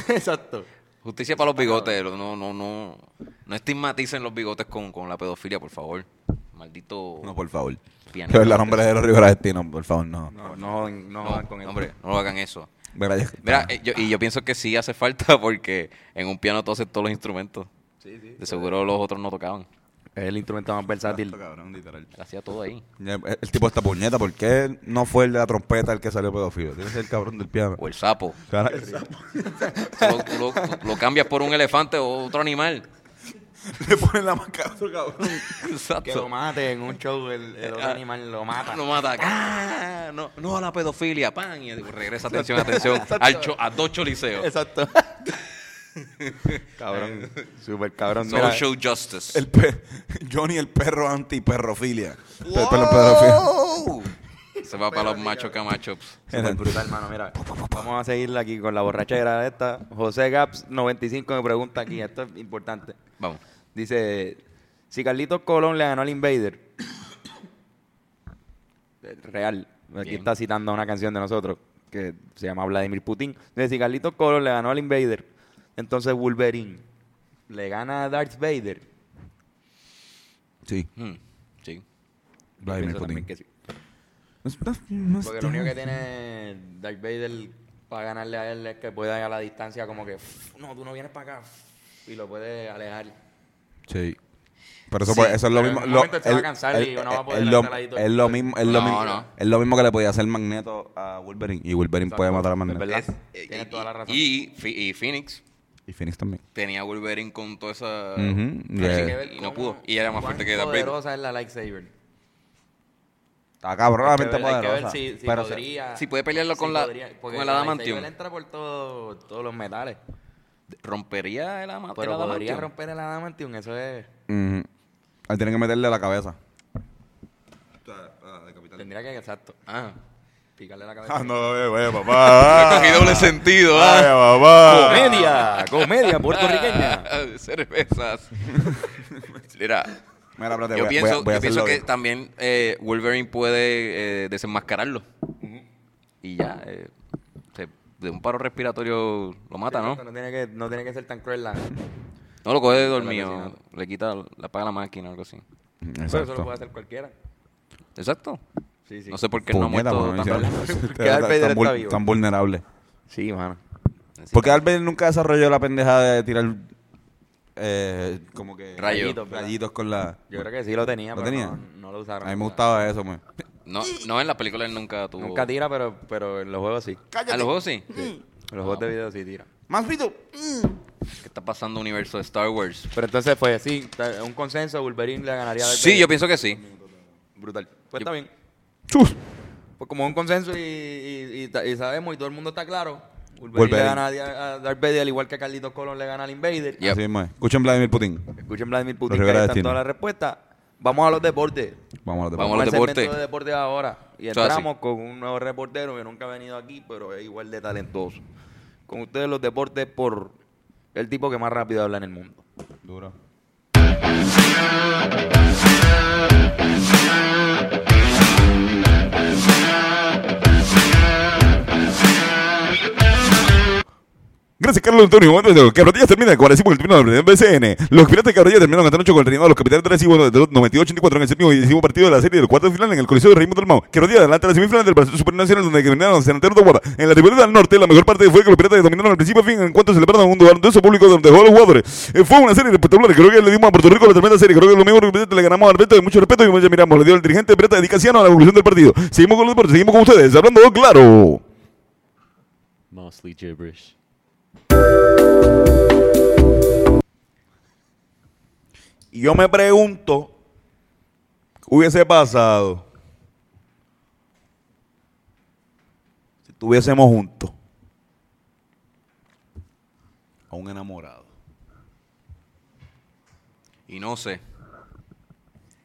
S6: Exacto.
S2: Justicia para los bigotes. No, no, no. No estigmaticen los bigotes con, con la pedofilia, por favor. Maldito.
S3: No, por favor.
S2: Pianista.
S3: [laughs] Pero el nombre de los Rivera Destino, por favor, no.
S6: No, no, no,
S2: No,
S6: jodan con el
S2: hombre, no lo hagan eso.
S3: Gracias.
S2: Mira, eh, yo- y yo pienso que sí hace falta [laughs] porque en un piano tú haces todos los instrumentos. De seguro los otros no tocaban.
S6: Es el instrumento más versátil.
S3: Cabrón, literal.
S2: Lo hacía todo ahí.
S3: Ya, El el tipo de esta puñeta, ¿por qué no fue el de la trompeta el que salió pedófilo? Tiene que ser el cabrón del piano.
S2: O el sapo.
S3: Claro que sí.
S2: Tú lo, tú lo- tú lo cambias por un elefante o otro animal. [laughs]
S3: Le ponen la máscara a otro cabrón.
S6: Que lo
S2: Exacto.
S6: mate en un show, el, el otro
S2: Ah.
S6: animal lo mata.
S2: No mata. Ah, no, no a la pedofilia. Pan. Y regresa atención,
S6: [laughs]
S2: atención. Al cho- a dos choliseos.
S6: Exacto. cabrón. [laughs] Súper cabrón. Mira,
S2: Social justice.
S3: El pe- [laughs] Johnny el perro anti-perrofilia. Pe- perdón, pedrofilia.
S2: ¡Oh! Se va para los machos camachos.
S6: Súper brutal, hermano. Mira, vamos a seguirla aquí con la borrachera de esta. José Gaps95 me pregunta aquí, esto es importante.
S2: Vamos.
S6: Dice, si Carlitos Colón le ganó al Invader, Eh, real, aquí
S2: Bien.
S6: está citando una canción de nosotros que se llama Vladimir Putin. Dice, si Carlitos Colón le ganó al Invader, entonces Wolverine le gana a Darth Vader.
S3: Sí,
S2: Hmm, Sí.
S3: Vladimir
S6: Pienso
S3: Putin.
S6: también que sí.
S3: No- no- no
S6: Porque
S3: está-
S6: lo único que tiene Darth Vader para ganarle a él es que puede a la distancia como que, "F- no, tú no vienes para acá, f- y lo puede alejar.
S3: Sí. Pero eso,
S2: Sí,
S3: pues, eso es lo
S6: pero
S3: mismo.
S6: en un
S3: lo-
S6: momento él se va a
S3: el-
S6: cansar
S3: el-
S6: y no va a poder
S3: es lo-
S6: estar ahí todo
S3: es
S6: el-
S3: lo mismo, es lo
S2: No,
S3: mismo-
S2: no.
S3: es lo mismo que le podía hacer Magneto a Wolverine. Y Wolverine puede matar a
S6: Es
S3: Magneto.
S6: verdad.
S2: Es- eh,
S6: Tienes
S2: y-
S6: toda la razón.
S2: Y, Fi- y Phoenix
S3: Y Phoenix también.
S2: tenía a Wolverine con toda esa.
S3: Ujú,
S2: Así
S3: yeah.
S2: que-
S3: Tiene
S2: y no pudo. Y era más fuerte que
S6: la
S2: Darth Vader.
S6: poderosa es la lightsaber.
S3: Está
S6: Hay que
S3: cabronamente
S6: ver- hay que ver
S3: poderosa.
S6: si, si
S3: Pero se-
S6: podría.
S2: si puede pelearlo con la-
S6: porque
S2: con el adamantium.
S6: lightsaber entra por todo- todos los metales.
S2: Rompería el ama- el
S6: Pero podría
S2: adamantium.
S6: romper el adamantium, eso es.
S3: Ujú. Ahí tienen que meterle la
S6: [laughs]
S3: cabeza.
S6: Tendría que, exacto,
S2: Ah.
S6: picarle la cabeza.
S3: Ah, no, eh, eh, [laughs] papá.
S2: Cogí doble sentido,
S3: Ay,
S2: ah.
S3: papá.
S6: Comedia,
S2: [laughs]
S6: comedia puertorriqueña.
S2: Ah,
S3: [laughs]
S2: Cervezas. Mira,
S3: Mira, espérate,
S2: yo
S3: voy a-
S2: pienso,
S3: voy a- voy a
S2: yo pienso
S3: hacerlo
S2: que
S3: bien.
S2: también eh, Wolverine puede eh, desenmascararlo. Y ya, eh, se- de un paro respiratorio lo mata, ¿no?
S6: No tiene que, no tiene que ser tan cruel
S2: [laughs]
S6: la.
S2: No lo coge de
S6: Claro
S2: dormido,
S6: que
S2: le quita, le apaga la máquina o algo así.
S6: Pero eso lo puede
S3: Exacto.
S6: hacer cualquiera.
S2: Exacto.
S6: Sí, sí.
S2: No sé por qué él no ha
S3: Puñeta,
S2: muerto
S3: mano,
S2: tan
S3: hicieron-
S2: rápido.
S3: [laughs]
S6: Que Darth Vader
S3: tan,
S6: está
S3: vul-
S6: vivo.
S3: tan vulnerable.
S6: Sí, mano.
S3: Porque Darth Vader nunca desarrolló la pendejada de tirar eh, como que
S2: Rayos.
S3: rayitos con la.
S6: Yo creo que sí lo tenía,
S3: ¿Lo
S6: pero
S3: tenía?
S6: No, no lo
S3: A
S6: usaron.
S3: mí me gustaba eso, man.
S2: No, no en las películas él nunca tuvo.
S6: Nunca tira, pero, pero en los juegos sí.
S2: ¿A los juegos sí?
S6: En los juegos de video sí tira.
S7: Manfrito.
S2: ¿Qué está pasando universo de Star Wars?
S6: Pero entonces, pues sí, ta- un consenso, Wolverine le ganaría a Darth
S2: Sí,
S6: Vader.
S2: yo pienso que sí.
S6: Brutal. Pues
S2: Yo-
S6: está bien. Pues como es un consenso y, y- y ta- y sabemos y todo el mundo está claro, Wolverine,
S7: Wolverine.
S6: le gana a, a Darth Vader, al igual que Carlitos Colón le gana al Invader.
S2: Yep.
S7: Así mismo es. Escuchen Vladimir Putin.
S6: Escuchen Vladimir
S7: Los
S6: Putin, que ahí
S7: Rivera
S6: están
S7: Destino.
S6: todas las respuestas. Vamos a los deportes.
S7: Vamos a la
S2: Vamos a
S6: Vamos
S2: los
S6: al segmento
S2: deportes.
S6: de deportes ahora. Y
S2: Eso es así.
S6: entramos con un nuevo reportero que nunca ha venido aquí, pero es igual de talentoso. Con ustedes los deportes por el tipo que más rápido habla en el mundo.
S7: Duro.
S3: Gracias, Carlos Antonio. Momento de Cabrotillas termina con el décimo del turno del BCN. Los piratas de Cabrotillas terminaron cantando con el reinado de los capitanes de Recibo de 92-84 en el séptimo y décimo partido de la serie del cuarto de final en el Coliseo de Raymond Dalmau. Cabrotillas adelanta la semifinal del Brasil Supernacional donde terminaron Senatero de Guarda. En la tribuna del norte, la mejor parte fue que los piratas dominaron al principio a fin en cuanto celebraron un duelo público donde dejó a los jugadores. Eh, fue una serie espectacular. Creo que le dimos a Puerto Rico la tremenda serie. Creo que lo mismo que Pirata le ganamos al Beto de mucho respeto y mucho miramos. Le dio el dirigente pirata de Dicasiano a la conclusión del partido. Seguimos con los deportes, seguimos con ustedes. Hablando claro.
S1: Mostly gibberish.
S3: Y yo me pregunto, ¿qué hubiese pasado si estuviésemos juntos?
S7: A un enamorado.
S2: Y no sé.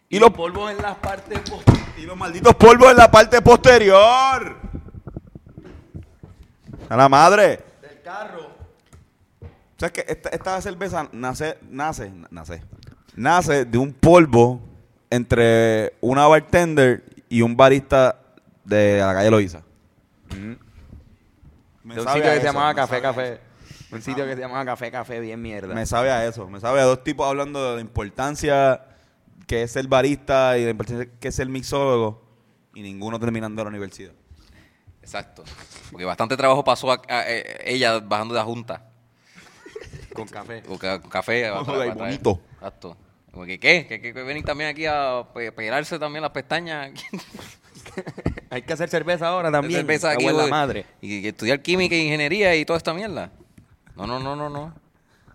S3: Y los polvos en la parte posterior. Y los malditos polvos en la parte posterior. A la madre. Del carro. O sea, que esta, esta cerveza nace, nace, nace, nace de un polvo entre una bartender y un barista de la calle Loiza. Me
S6: Mm. de un
S3: sabe
S6: sitio
S3: a
S6: que se
S3: eso,
S6: llamaba
S3: me
S6: Café
S3: sabe a
S6: Café. Un sitio que se llamaba Café Café, bien mierda.
S3: Me sabe a eso, me sabe a dos tipos hablando de la importancia que es el barista y la importancia que es el mixólogo y ninguno terminando la universidad.
S2: Exacto. Porque bastante trabajo pasó a- a- eh, ella bajando de la junta.
S6: Con café.
S2: O ca- con
S6: [laughs]
S2: café. a- a-
S3: Hola, y
S2: a-
S3: bonito.
S2: Exacto. Como que, ¿qué? ¿Que, que, que venir también aquí a pe- pelarse también las pestañas?
S6: Hay que hacer cerveza ahora también.
S2: Cerveza aquí,
S6: Abuela
S2: güey.
S6: madre.
S2: Y, y estudiar química e ingeniería y toda esta mierda. No, no, no, no, no.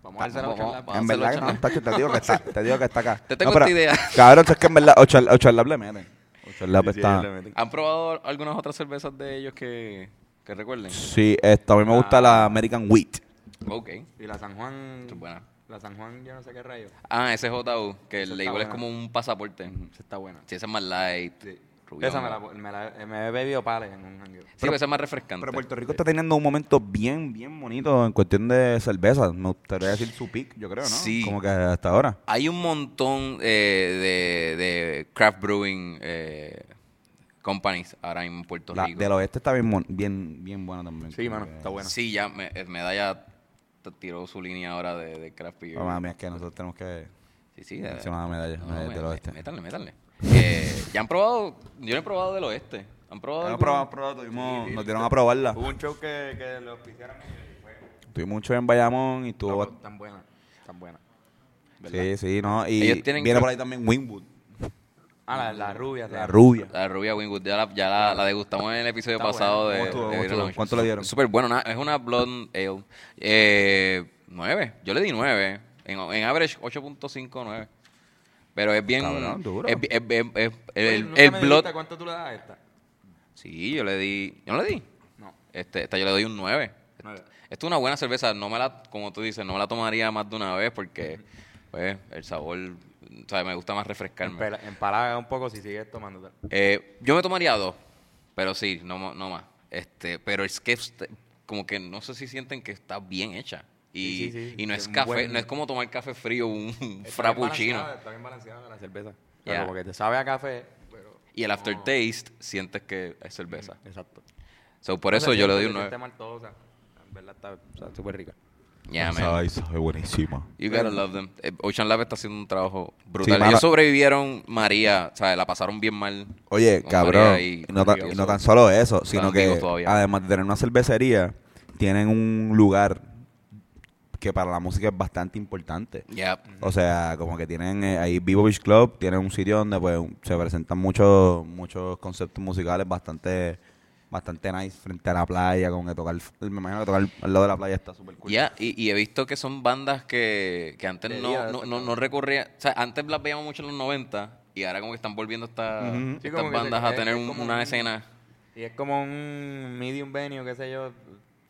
S6: Vamos a hacer
S2: Vamos,
S6: otra
S2: vamos.
S6: lapa.
S3: en
S2: se lo
S3: verdad que
S2: echan.
S3: no, tacho, te digo que está, te digo que está acá.
S2: [laughs] Te tengo
S3: No, pero,
S2: esta idea.
S3: [laughs] Cabrón, es que en verdad, Ocho Charlap le meten. Ocharlap está...
S2: ¿Han probado algunas otras cervezas de ellos que, que recuerden?
S3: Sí, esta, a mí me gusta
S2: Ah.
S3: la American Wheat.
S2: Ok.
S6: Y la San Juan.
S2: Esto es buena.
S6: La San Juan, yo no sé qué rayo.
S2: Ah, ese JU, que
S6: Esa
S2: el
S6: está
S2: label es
S6: buena.
S2: como un pasaporte.
S6: Esa está buena.
S2: Si esa es más light. rubión.
S6: Esa me la, me la me he bebido pales en un jangueo.
S2: Sí, pero esa es más refrescante.
S3: Pero Puerto Rico está teniendo un momento bien, bien bonito en cuestión de cerveza. Me gustaría decir su pick, yo creo, ¿no?
S2: Sí.
S3: Como que hasta ahora.
S2: Hay un montón eh, de, de craft brewing eh, companies ahora en Puerto
S3: La
S2: Rico.
S3: del oeste está bien, mon- bien, bien buena también.
S6: Sí, mano,
S3: Como que-
S6: está buena.
S2: Sí, ya me, eh, Medalla t- tiró su línea ahora de, de craft beer.
S3: Oh, mami, es que nosotros tenemos que.
S2: Sí, sí.
S3: Encima
S2: eh,
S3: de la medalla, medalla
S2: me-
S3: del oeste.
S2: me- Métanle, métanle. Eh, ya han probado, yo no he probado del oeste. ¿Han probado?
S3: Hemos
S2: algún-
S3: probado, probado, tuvimos, nos dieron a probarla.
S6: Hubo un show que, que lo auspiciaron y fue
S3: Tuvimos mucho en Bayamón y
S6: no,
S3: estuvo.
S6: tan buena. Tan buena.
S3: Sí, sí, no. Y
S2: Ellos tienen-
S3: viene por ahí también Winwood,
S6: Ah, la, la rubia.
S3: la rubia.
S2: La rubia Wingwood, ya, la, ya la, la degustamos en el episodio
S6: Está
S2: pasado
S3: buena.
S2: de,
S3: ¿Cómo estuvo?
S2: de
S3: ¿Cómo
S2: Beer
S3: estuvo?
S2: Lounge.
S3: ¿Cuánto le dieron?
S2: Súper bueno, una- es una blonde ale. Eh, 9, yo le di 9. En, en average 8.59. Pero es bien...
S3: Cabrón, duro.
S2: Es, bi- es- es- es- el,
S6: Oye,
S2: el,
S6: nunca me
S2: blood-
S6: dijiste ¿Cuánto tú le das a esta?
S2: Sí, yo le di... ¿Yo no le di?
S6: No.
S2: Este, esta yo le doy un 9.
S6: Nueve.
S2: Esta es una buena cerveza, no me la, como tú dices, no me la tomaría más de una vez
S6: [laughs]
S2: porque pues, el sabor, o sea, me gusta más refrescarme.
S6: Empela- Empalaga un poco si sigues tomándote.
S2: Eh, yo me tomaría dos, pero sí, no, mo- no más. Este, pero es que este- como que no sé si sienten que está bien hecha. Y,
S6: Sí, sí, sí.
S2: y no es,
S6: Es un
S2: café,
S6: buen-
S2: no es como tomar café frío, un
S6: Está
S2: [laughs]
S6: bien
S2: frappuccino.
S6: balanceada, Está bien balanceada la cerveza. O sea,
S2: Ya.
S6: Como que te sabe a café, pero...
S2: Y el aftertaste sientes que es cerveza.
S6: Exacto.
S2: So, por eso yo le doy un 9.
S6: Está maltosa. En verdad está o sea, súper rica.
S2: Yeah, man.
S3: Ay, sabe buenísima.
S2: You gotta love them. Eh, Ocean Lab está haciendo un trabajo
S3: Sí,
S2: brutal.
S3: mano.
S2: Ellos sobrevivieron María, o sea, la pasaron bien mal.
S3: Oye,
S2: con
S3: cabrón,
S2: María y-
S3: y no, tan,
S2: Dios,
S3: y no tan solo eso, sino
S2: vivo
S3: que
S2: todavía.
S3: además de tener una cervecería, tienen un lugar que para la música es bastante importante.
S2: Yep.
S3: O sea, como que tienen eh, ahí Vivo Beach Club, tienen un sitio donde pues un- se presentan muchos muchos conceptos musicales bastante bastante nice frente a la playa, como que tocar, me imagino que tocar al lado de la playa está súper cool.
S2: Ya, y, y he visto que son bandas que, que antes
S6: De día,
S2: no, no, no, no recorrían. O sea, antes las veíamos mucho en los 90 y ahora como que están volviendo esta,
S6: Sí,
S2: estas
S6: como que se-
S2: bandas a
S6: es-
S2: tener
S6: es
S2: un-
S6: como
S2: una
S6: un-
S2: escena.
S6: Y es como un medium venue, qué sé yo,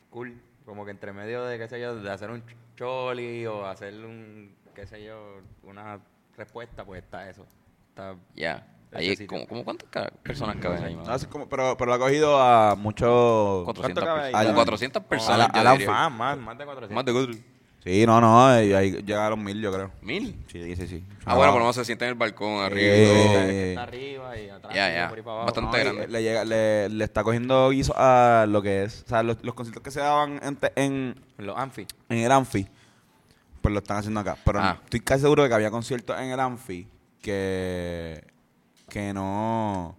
S6: cool. Como que entre medio de, qué sé yo, de hacer un ch- choli o hacer un, qué sé yo, una respuesta, pues está eso. Está
S2: Ya.
S6: Ese
S2: Ahí,
S6: sitio.
S2: como, como ¿Cuántas ca- personas caben ahí?
S3: No, así como- pero, pero lo ha cogido a muchos...
S2: 400
S6: cabe ahí?
S2: personas. Como
S3: Al-
S2: 400 personas.
S3: Al-
S2: yo
S3: Alan
S2: diría.
S6: más, más, más de 400.
S2: Más de cuatro.
S3: Sí, no, no, eh, ahí llegaron mil yo creo.
S2: ¿Mil?
S3: Sí, sí, sí.
S2: Ah, bueno, por lo menos se sienten en el balcón arriba. y todo.
S3: Eh,
S6: Está arriba y atrás,
S2: Ya, ya.
S6: por ahí para abajo.
S2: Bastante
S3: No, y
S2: grande.
S3: Le, llega- le- le está cogiendo guiso a lo que es. O sea, los, los conciertos que se daban en, te- en-
S6: Los Anfi.
S3: en el Anfi, pues lo están haciendo acá. Pero
S2: Ah.
S3: estoy casi seguro de que había conciertos en el Anfi que, que no.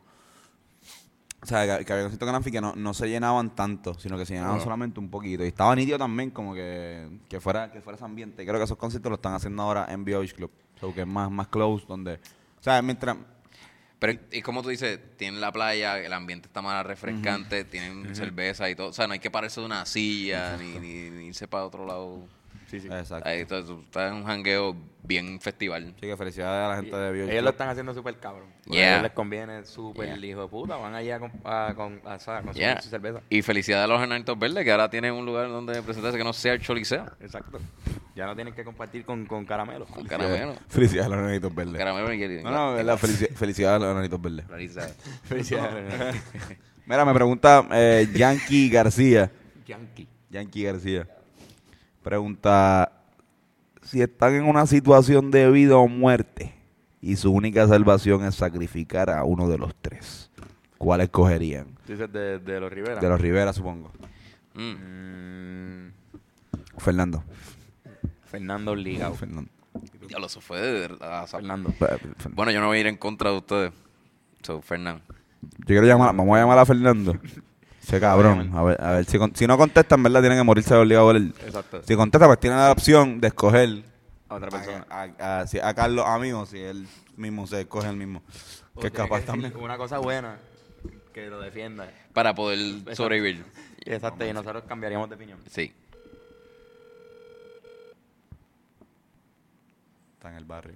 S3: O sea, que, que había conciertos en el Anfi que no, no se llenaban tanto, sino que se llenaban solamente un poquito. Y estaba nítido también, como que, que fuera que fuera ese ambiente. Y creo que esos conciertos lo están haciendo ahora en Beach Club. O sea, que es más, más close, donde. O sea, mientras.
S2: Pero, y como tú dices, tienen la playa, el ambiente está más refrescante, tienen cerveza y todo. O sea, no hay que pararse de una silla ni, ni- ni irse para otro lado.
S3: Exacto.
S2: Ahí está, tú estás en un jangueo bien festival.
S3: Así que felicidades a la gente de Beach
S6: Ellos lo están haciendo súper cabrón.
S2: Yeah.
S6: A ellos les conviene súper
S2: Yeah.
S6: el hijo de puta. Van allá a, con- a, con- a- a
S3: Pues
S6: consumir
S2: Yeah.
S6: su cerveza.
S2: Y felicidades a los Enanitos Verdes, que ahora tienen un lugar donde presentarse que no sea el Choliseo.
S6: Exacto. Ya no tienen que compartir con, con caramelo.
S2: Con
S6: [laughs]
S2: caramelo.
S3: [laughs] Felicidades a los enanitos verdes.
S2: Caramelo y hielito.
S3: No, no, la felici- felicidades a los enanitos verdes.
S2: Felicidades.
S6: Felicidades.
S3: Mira, me pregunta eh, Yankee García.
S6: [laughs] Yankee.
S3: Yankee García. Pregunta si están en una situación de vida o muerte y su única salvación es sacrificar a uno de los tres. ¿Cuál escogerían?
S6: Tú dices de, de los Rivera.
S3: De los Rivera, supongo.
S2: Mm.
S3: Eh,
S6: Mm,
S3: Fernando.
S6: Fernando Ligao.
S3: Fernando.
S2: Diablo, eso fue de verdad.
S6: Fernando.
S3: Fernando.
S2: Bueno, yo no voy a ir en contra de ustedes. So, Fernán.
S3: Yo quiero llamar, vamos a llamar a Fernando. Ese cabrón. A ver, a ver si, con- si no contestan, ¿verdad? Tienen que morirse de obligado a él.
S6: Exacto.
S3: Si contesta, pues tiene la opción de escoger
S6: A otra persona.
S3: A, a- a- si- a Carlos, a mí, o si él mismo se escoge el mismo.
S6: O
S3: Que es
S6: tiene
S3: capaz
S6: decir [laughs]
S3: también.
S6: Una cosa buena que lo defienda.
S2: Para poder sobrevivir.
S6: Exacto. Y nosotros cambiaríamos de opinión.
S2: Sí.
S3: Está en el barrio.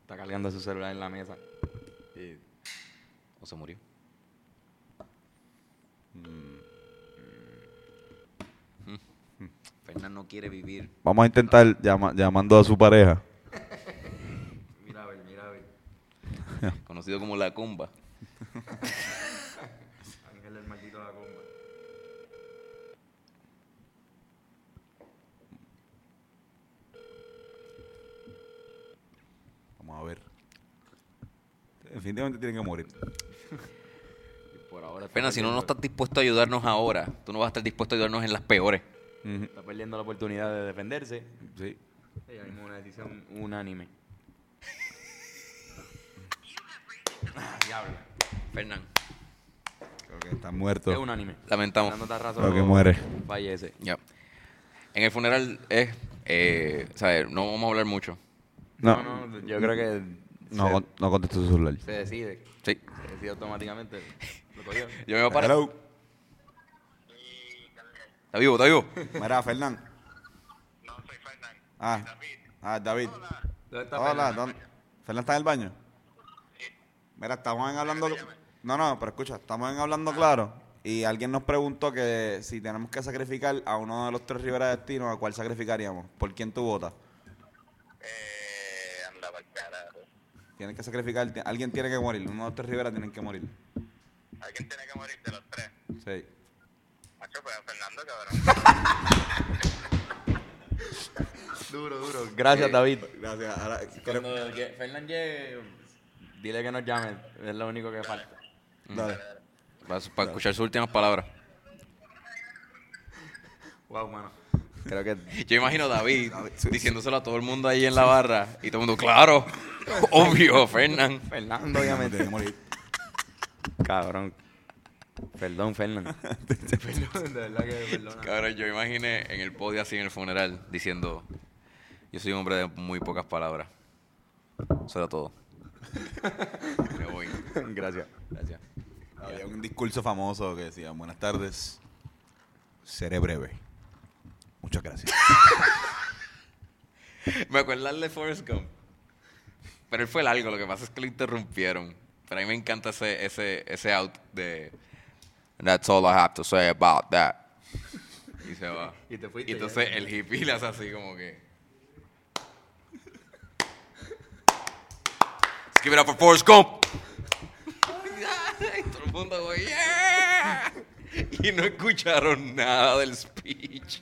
S6: Está cargando su celular en la mesa.
S2: O se murió. Fernán no quiere vivir.
S3: Vamos a intentar llama- llamando a su pareja.
S6: Mira, a ver, mira, a ver.
S2: Conocido como la cumba.
S6: Ángel el maldito de la comba.
S3: Vamos a ver. Definitivamente tienen que morir.
S6: Por ahora.
S2: Fernán, si no, no estás dispuesto a ayudarnos ahora, tú no vas a estar dispuesto a ayudarnos en las peores.
S3: Ujú.
S6: Está perdiendo la oportunidad de defenderse.
S3: Sí.
S6: Y hay una decisión unánime. Diablo.
S2: Fernán,
S3: Creo que está muerto.
S6: Es unánime.
S2: lamentamos.
S6: Fernando Tarrazo
S3: Creo que muere.
S6: Fallece.
S2: Ya. En el funeral es, eh, o sea, no vamos a hablar mucho.
S3: No,
S6: no, no, yo creo que
S3: no,
S6: se-
S3: con- no contestó su celular.
S6: se decide.
S2: Sí.
S6: Se decide automáticamente.
S3: [laughs]
S6: Lo cogió.
S2: Yo me voy a parar.
S3: Hello.
S2: Está vivo, está vivo.
S3: Mira, Fernán. Ah, ah, David.
S6: ¿Dónde está
S3: Hola,
S6: Fernando?
S3: ¿dónde? ¿Fernán está en el baño? Mira, estamos en hablando. No, no, pero escucha, estamos en hablando claro. Y alguien nos preguntó que si tenemos que sacrificar a uno de los tres Rivera Destino, ¿a cuál sacrificaríamos? ¿Por quién tú votas?
S8: Eh, anda pa'l carajo.
S3: Tienes que sacrificar, ti- alguien tiene que morir, uno de los tres Rivera tienen que morir.
S8: Alguien tiene que morir de los tres.
S3: Sí.
S8: Macho, pues a Fernando, cabrón.
S6: Duro, Eh, duro. Gracias, David.
S3: Gracias. Ahora,
S6: Cuando llegue- Fernán llegue, dile que nos llame. Es lo único que falta.
S3: dale.
S2: Para, para escuchar sus últimas palabras.
S6: Wow, mano. Creo que
S3: [laughs]
S2: Yo imagino a David diciéndoselo a todo el mundo ahí en la barra y todo el mundo, claro, [laughs] obvio, Fernán.
S6: Fernando,
S3: Tiene que
S6: obviamente.
S3: morir.
S6: Cabrón. Perdón, Fernando. perdón, de verdad que perdona.
S2: Cabrón, yo imaginé en el podio así en el funeral diciendo: Yo soy un hombre de muy pocas palabras. Eso era todo. Me voy.
S6: Gracias.
S2: Gracias.
S7: Había un discurso famoso que decía, buenas tardes, seré breve. Muchas gracias.
S2: Me acuerdo al de Forrest Gump. Pero él fue largo, lo que pasa es que lo interrumpieron. Pero a mí me encanta ese, ese, ese out de. That's all I have to say about that. Y se va.
S6: [laughs] Y te fuiste,
S2: entonces el hippie le hace así como que. Let's give it up for Forrest Gump. [laughs] Y todo el mundo como, "Yeah". Y no escucharon nada del speech.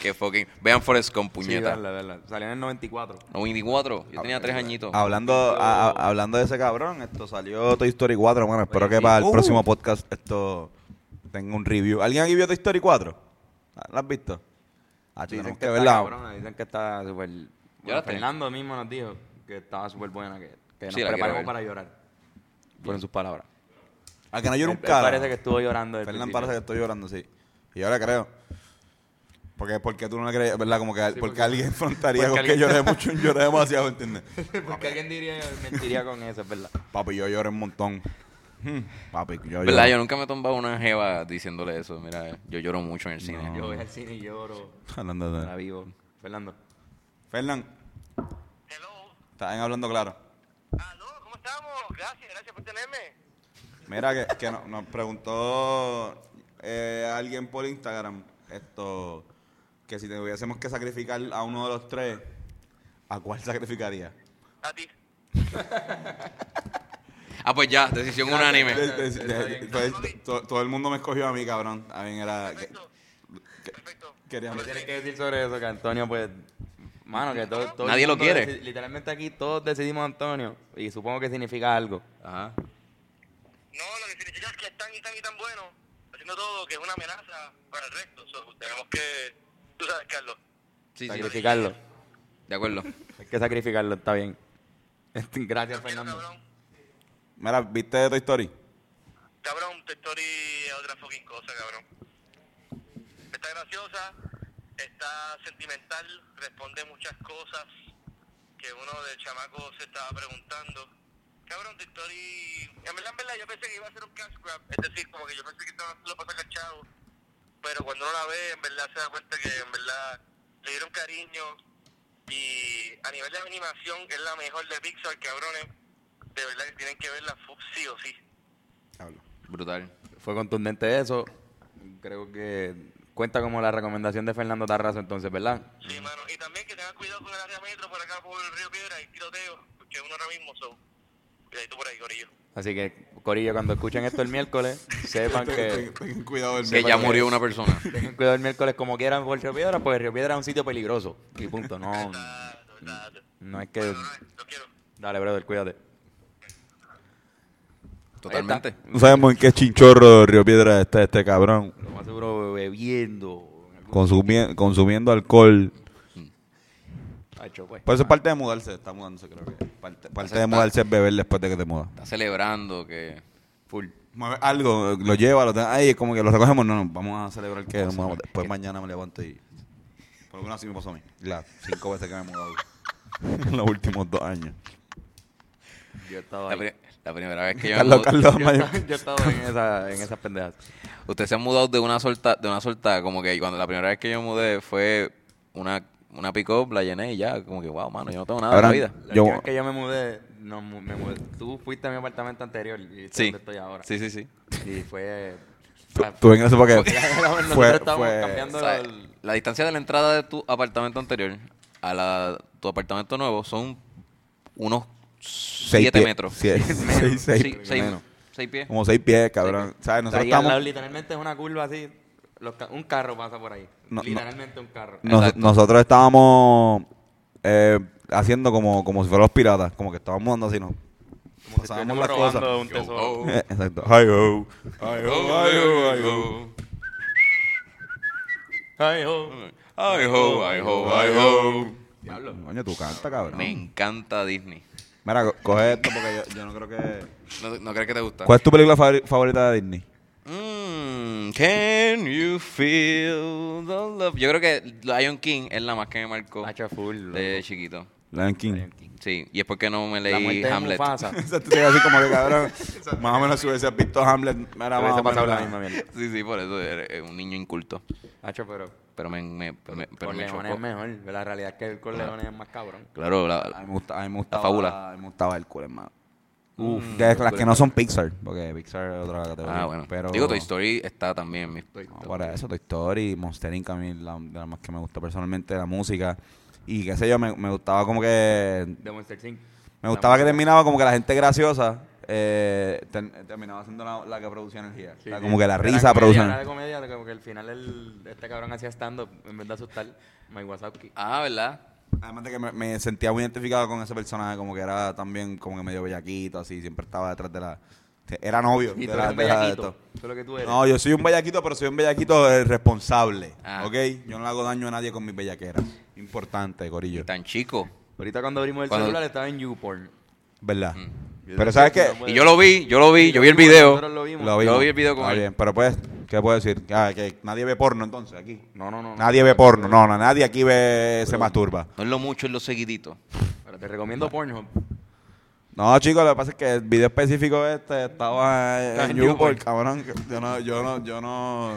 S2: Que fucking. Vean Forrest Gump,
S6: Sí,
S2: puñeta.
S6: dale, dale. Salió en el 94.
S2: 94,
S6: Ah,
S2: yo tenía tres añitos.
S3: Hablando, a- a- hablando de ese cabrón, esto salió Toy Story 4, mano. Espero que
S6: Uh.
S3: para el próximo podcast esto tenga un review. ¿Alguien aquí vio Toy Story 4? ¿La has visto? Ah,
S6: Sí,
S3: tenemos
S6: dicen
S3: que
S6: que,
S3: verla.
S6: está cabrona, dicen que está súper... Bueno,
S2: la tengo.
S6: Fernando mismo nos dijo que estaba súper buena, que, que nos
S2: Sí, la quiero
S6: preparamos
S2: ver.
S6: para llorar. Fueron sus palabras.
S7: A que no llore
S6: Él-
S7: un
S6: él
S7: cara.
S6: Parece que estuvo llorando. desde el
S7: Fernán
S6: principio.
S7: parece que estoy llorando, sí. Y ahora creo. Porque, porque tú no le crees, ¿verdad? Como que porque,
S6: [laughs]
S7: alguien frontaría con
S6: porque
S7: que
S6: alguien- [laughs]
S7: lloré mucho, lloré demasiado, ¿entiendes?
S6: Porque alguien diría, mentiría con eso, es verdad.
S7: Papi, yo lloré un montón. Hmm, Papi, yo lloré.
S2: ¿Verdad? Yo nunca me he tomado una jeva diciéndole eso. Mira, yo lloro mucho en el cine.
S6: Yo voy al cine y lloro.
S7: Hablando
S3: Ah.
S7: de-
S6: La vivo. Fernando.
S7: Fernán,
S8: Hello.
S7: están hablando claro.
S8: Aló, ¿cómo estamos? Gracias, gracias por tenerme.
S7: Mira, que, que no- nos preguntó eh, alguien por Instagram esto, que si tuviésemos que sacrificar a uno de los tres, ¿a cuál sacrificaría?
S8: A ti.
S2: Ah, pues ya, decisión unánime.
S7: De- de- de- de- to- to- todo el mundo me escogió a mí, cabrón. A mí
S3: Ah,
S7: era... que-
S8: Perfecto. Perfecto.
S7: queríamos...
S6: ¿Qué tienes que decir sobre eso? Que Antonio, pues. Mano, que todo. todo el
S2: Nadie lo
S6: mundo
S2: quiere.
S6: deci- Literalmente aquí todos decidimos Antonio. Y supongo que significa algo.
S2: Ajá.
S8: No, lo que significa es que están y tan y tan buenos, haciendo todo, que es una amenaza para el resto. So, tenemos que, tú sabes, Carlos.
S2: Sí, sí.
S6: Sacrificarlo.
S2: De acuerdo.
S6: Hay que sacrificarlo, está bien. [laughs] Este, Gracias,
S8: Quiero,
S6: Fernando.
S8: cabrón.
S7: Mira, ¿viste Toy Story?
S8: Cabrón, tu historia es otra fucking cosa, cabrón. Está graciosa, está sentimental, responde muchas cosas que uno de chamaco se estaba preguntando. Cabrón, tu historia... En verdad, en verdad, yo pensé que iba a ser un cash grab. Es decir, como que yo pensé que estaba lo pasa cachado. Pero cuando uno la ve, en verdad se da cuenta que en verdad le dieron cariño. Y a nivel de animación, es la mejor de Pixar, cabrones. De verdad que tienen que verla fu- sí o sí.
S6: [laughs]
S2: Brutal.
S6: Fue contundente eso. Creo que cuenta como la recomendación de Fernando Tarrazo, entonces, ¿verdad?
S8: Sí, mano. Y también que tengan cuidado con el área metro por acá por el río Piedra y tiroteo, que uno ahora mismo son. Cuidadito por ahí, Corillo.
S6: Así que, Corillo, cuando escuchen esto el miércoles,
S2: [laughs]
S6: sepan que.
S7: Ten- Tengan cuidado del
S2: Que ya murió una persona.
S6: Tengan cuidado el miércoles como quieran por Río Piedra, porque Río Piedra es un sitio peligroso. Y punto. No,
S8: Ah, de verdad.
S6: no es que.
S8: Lo quiero.
S6: Dale, brother, cuídate.
S2: Totalmente.
S3: No sabemos en qué chinchorro de Río Piedra está este cabrón.
S6: Lo más seguro bebiendo. en algún
S3: Consumi- consumiendo alcohol.
S6: tacho, pues.
S7: Por eso es parte de mudarse, está mudándose, creo que. Parte, parte de mudarse es beber después de que te mudas.
S2: Está celebrando que.
S6: Full.
S7: Mueve Algo, eh, lo lleva, lo deja ahí, es como que lo recogemos. No, no, vamos a celebrar que nos mudamos.
S3: Pues
S7: Después mañana me levanto y. Por lo menos así me pasó a mí. Las cinco veces que me he mudado [laughs] en los últimos dos años.
S6: Yo estaba
S2: La,
S6: ahí.
S2: pri-
S3: [laughs]
S2: la primera vez que yo. me
S7: Carlos,
S2: mudé-
S7: Carlos,
S6: Yo
S7: mayor-
S6: estaba, yo estaba en, esa, en esas pendejas.
S2: Ustedes se han mudado de una solta, de una solta, como que cuando la primera vez que yo mudé fue una, una pick up, la llené y ya, como que wow, mano, yo no tengo nada
S3: Ahora-
S2: en la vida.
S6: La
S3: Yo-
S6: última vez que yo me mudé, no, mu- me mudé. Tú fuiste a mi apartamento anterior y este
S2: Sí.
S6: donde estoy ahora.
S2: Sí, sí, sí.
S6: Y fue.
S3: Tú
S6: [laughs]
S3: en
S2: [laughs]
S3: eso para qué?
S6: Nosotros
S3: Fue-
S6: estábamos
S3: fue-
S6: cambiando
S2: O sea,
S6: el-
S2: la distancia de la entrada de tu apartamento anterior a la, tu apartamento nuevo son unos
S3: Seis
S2: 7
S3: pie-
S2: metros.
S3: Seis, seis, seis-
S2: Sí, seis-
S3: menos.
S2: seis pies.
S3: Como seis pies, cabrón. ¿Sabes?
S6: O sea,
S3: Nosotros
S6: ahí al
S3: estamos.
S6: lado, literalmente es una curva así. los ca- un carro pasa por ahí.
S3: No, no.
S6: literalmente un carro.
S3: Nos-
S2: Exacto.
S3: nosotros estábamos eh, haciendo como, como si fueran los piratas, como que estábamos dando así, ¿no?
S6: Como si
S3: pasábamos
S6: estuviéramos
S3: las cosas.
S6: robando un tesoro.
S2: Oh,
S3: Eh, [laughs] Exacto. Hi ho.
S2: oh, oh, oh.
S6: Ay, jo.
S2: Ay, ho, ay, ho, ay, oh. ho.
S6: Diablo.
S3: Coño, tú canta, cabrón.
S2: Me encanta Disney.
S3: Mira, co- coge esto porque yo, yo no creo que.
S2: ¿No, no crees que te gusta?
S3: ¿Cuál es tu película favori- favorita de Disney?
S2: Mm, can you feel the love? Yo creo que Lion King es la más que me marcó
S6: Hacha full.
S2: de chiquito.
S3: Lion King. [laughs]
S2: Sí, y es porque no me
S6: la
S2: leí
S6: muerte de
S2: Hamlet.
S6: Mufasa.
S3: Exacto, te iba a decir como que cabrón. más o menos si hubiese visto Hamlet, me era más
S6: Hubiese
S3: o menos
S6: pasado la
S3: la-
S6: misma mierda.
S2: [laughs] Sí, sí, por eso era era un niño inculto.
S6: Hacho, pero
S2: Pero me, me, me- pero me
S6: Corleone
S2: chocó.
S6: es mejor. La realidad es que el Corleone es más cabrón.
S2: Claro, la-
S3: A
S2: la-
S3: mí me gustaba, a mí me gustaba,
S2: fábula.
S3: a mí me gustaba el hermano. Uf, que es las que no son Pixar, porque Pixar es otra categoría.
S2: ah, bueno.
S3: Pero,
S2: Digo, Toy Story está también. en mi-
S3: No, para eso, Toy Story, Monster Inc. a mí la, de las más que me gusta personalmente, la música. Y qué sé yo, me, me gustaba como que...
S6: De Monster Inc.
S3: Me gustaba que terminaba como que la gente graciosa eh, ter- terminaba siendo la, la que producía energía.
S6: Sí,
S3: La-
S6: sí.
S3: como que la
S6: Era
S3: risa
S6: comedia,
S3: producía
S6: Era de comedia, como que al final el, este cabrón hacía stand-up en vez de asustar. Mike Wazowski.
S2: Ah, ¿verdad?
S3: Además de que me, me sentía muy identificado con ese personaje, como que era también como que medio bellaquito, así, siempre estaba detrás de la... Era novio.
S6: Y
S3: de
S6: tú
S3: la-
S6: eres un
S3: de la- de
S6: bellaquito.
S3: todo.
S6: Eso es lo que tú eres.
S3: No, yo soy un bellaquito, pero soy un bellaquito eh, responsable.
S2: Ah.
S3: ¿Ok? Yo no le hago daño a nadie con mis bellaqueras. Importante,
S2: Y
S3: Corillo.
S2: tan chico.
S6: Ahorita cuando abrimos el
S2: Cuando-
S6: celular estaba en YouPorn.
S3: ¿Verdad?
S6: Yo
S3: Pero
S6: no
S3: ¿sabes
S6: sé si
S3: qué?
S6: no puede-
S2: Y yo lo vi, yo lo vi, yo vi el
S6: Nosotros
S2: video.
S6: lo vimos.
S2: vi. Yo vi el video con
S3: Está
S2: él.
S3: bien, pero pues, ¿qué puedo decir? Ah, que nadie ve porno entonces aquí.
S6: No, no, no. no.
S3: Nadie ve porno. No, no, nadie aquí ve, se masturba.
S2: No es lo mucho, es lo seguidito.
S6: Pero te recomiendo Pornhub.
S3: No, chicos, lo que pasa es que el video específico este estaba en,
S6: en
S3: en YouPorn,
S6: YouPorn.
S3: cabrón. que Yo no, yo no, yo no.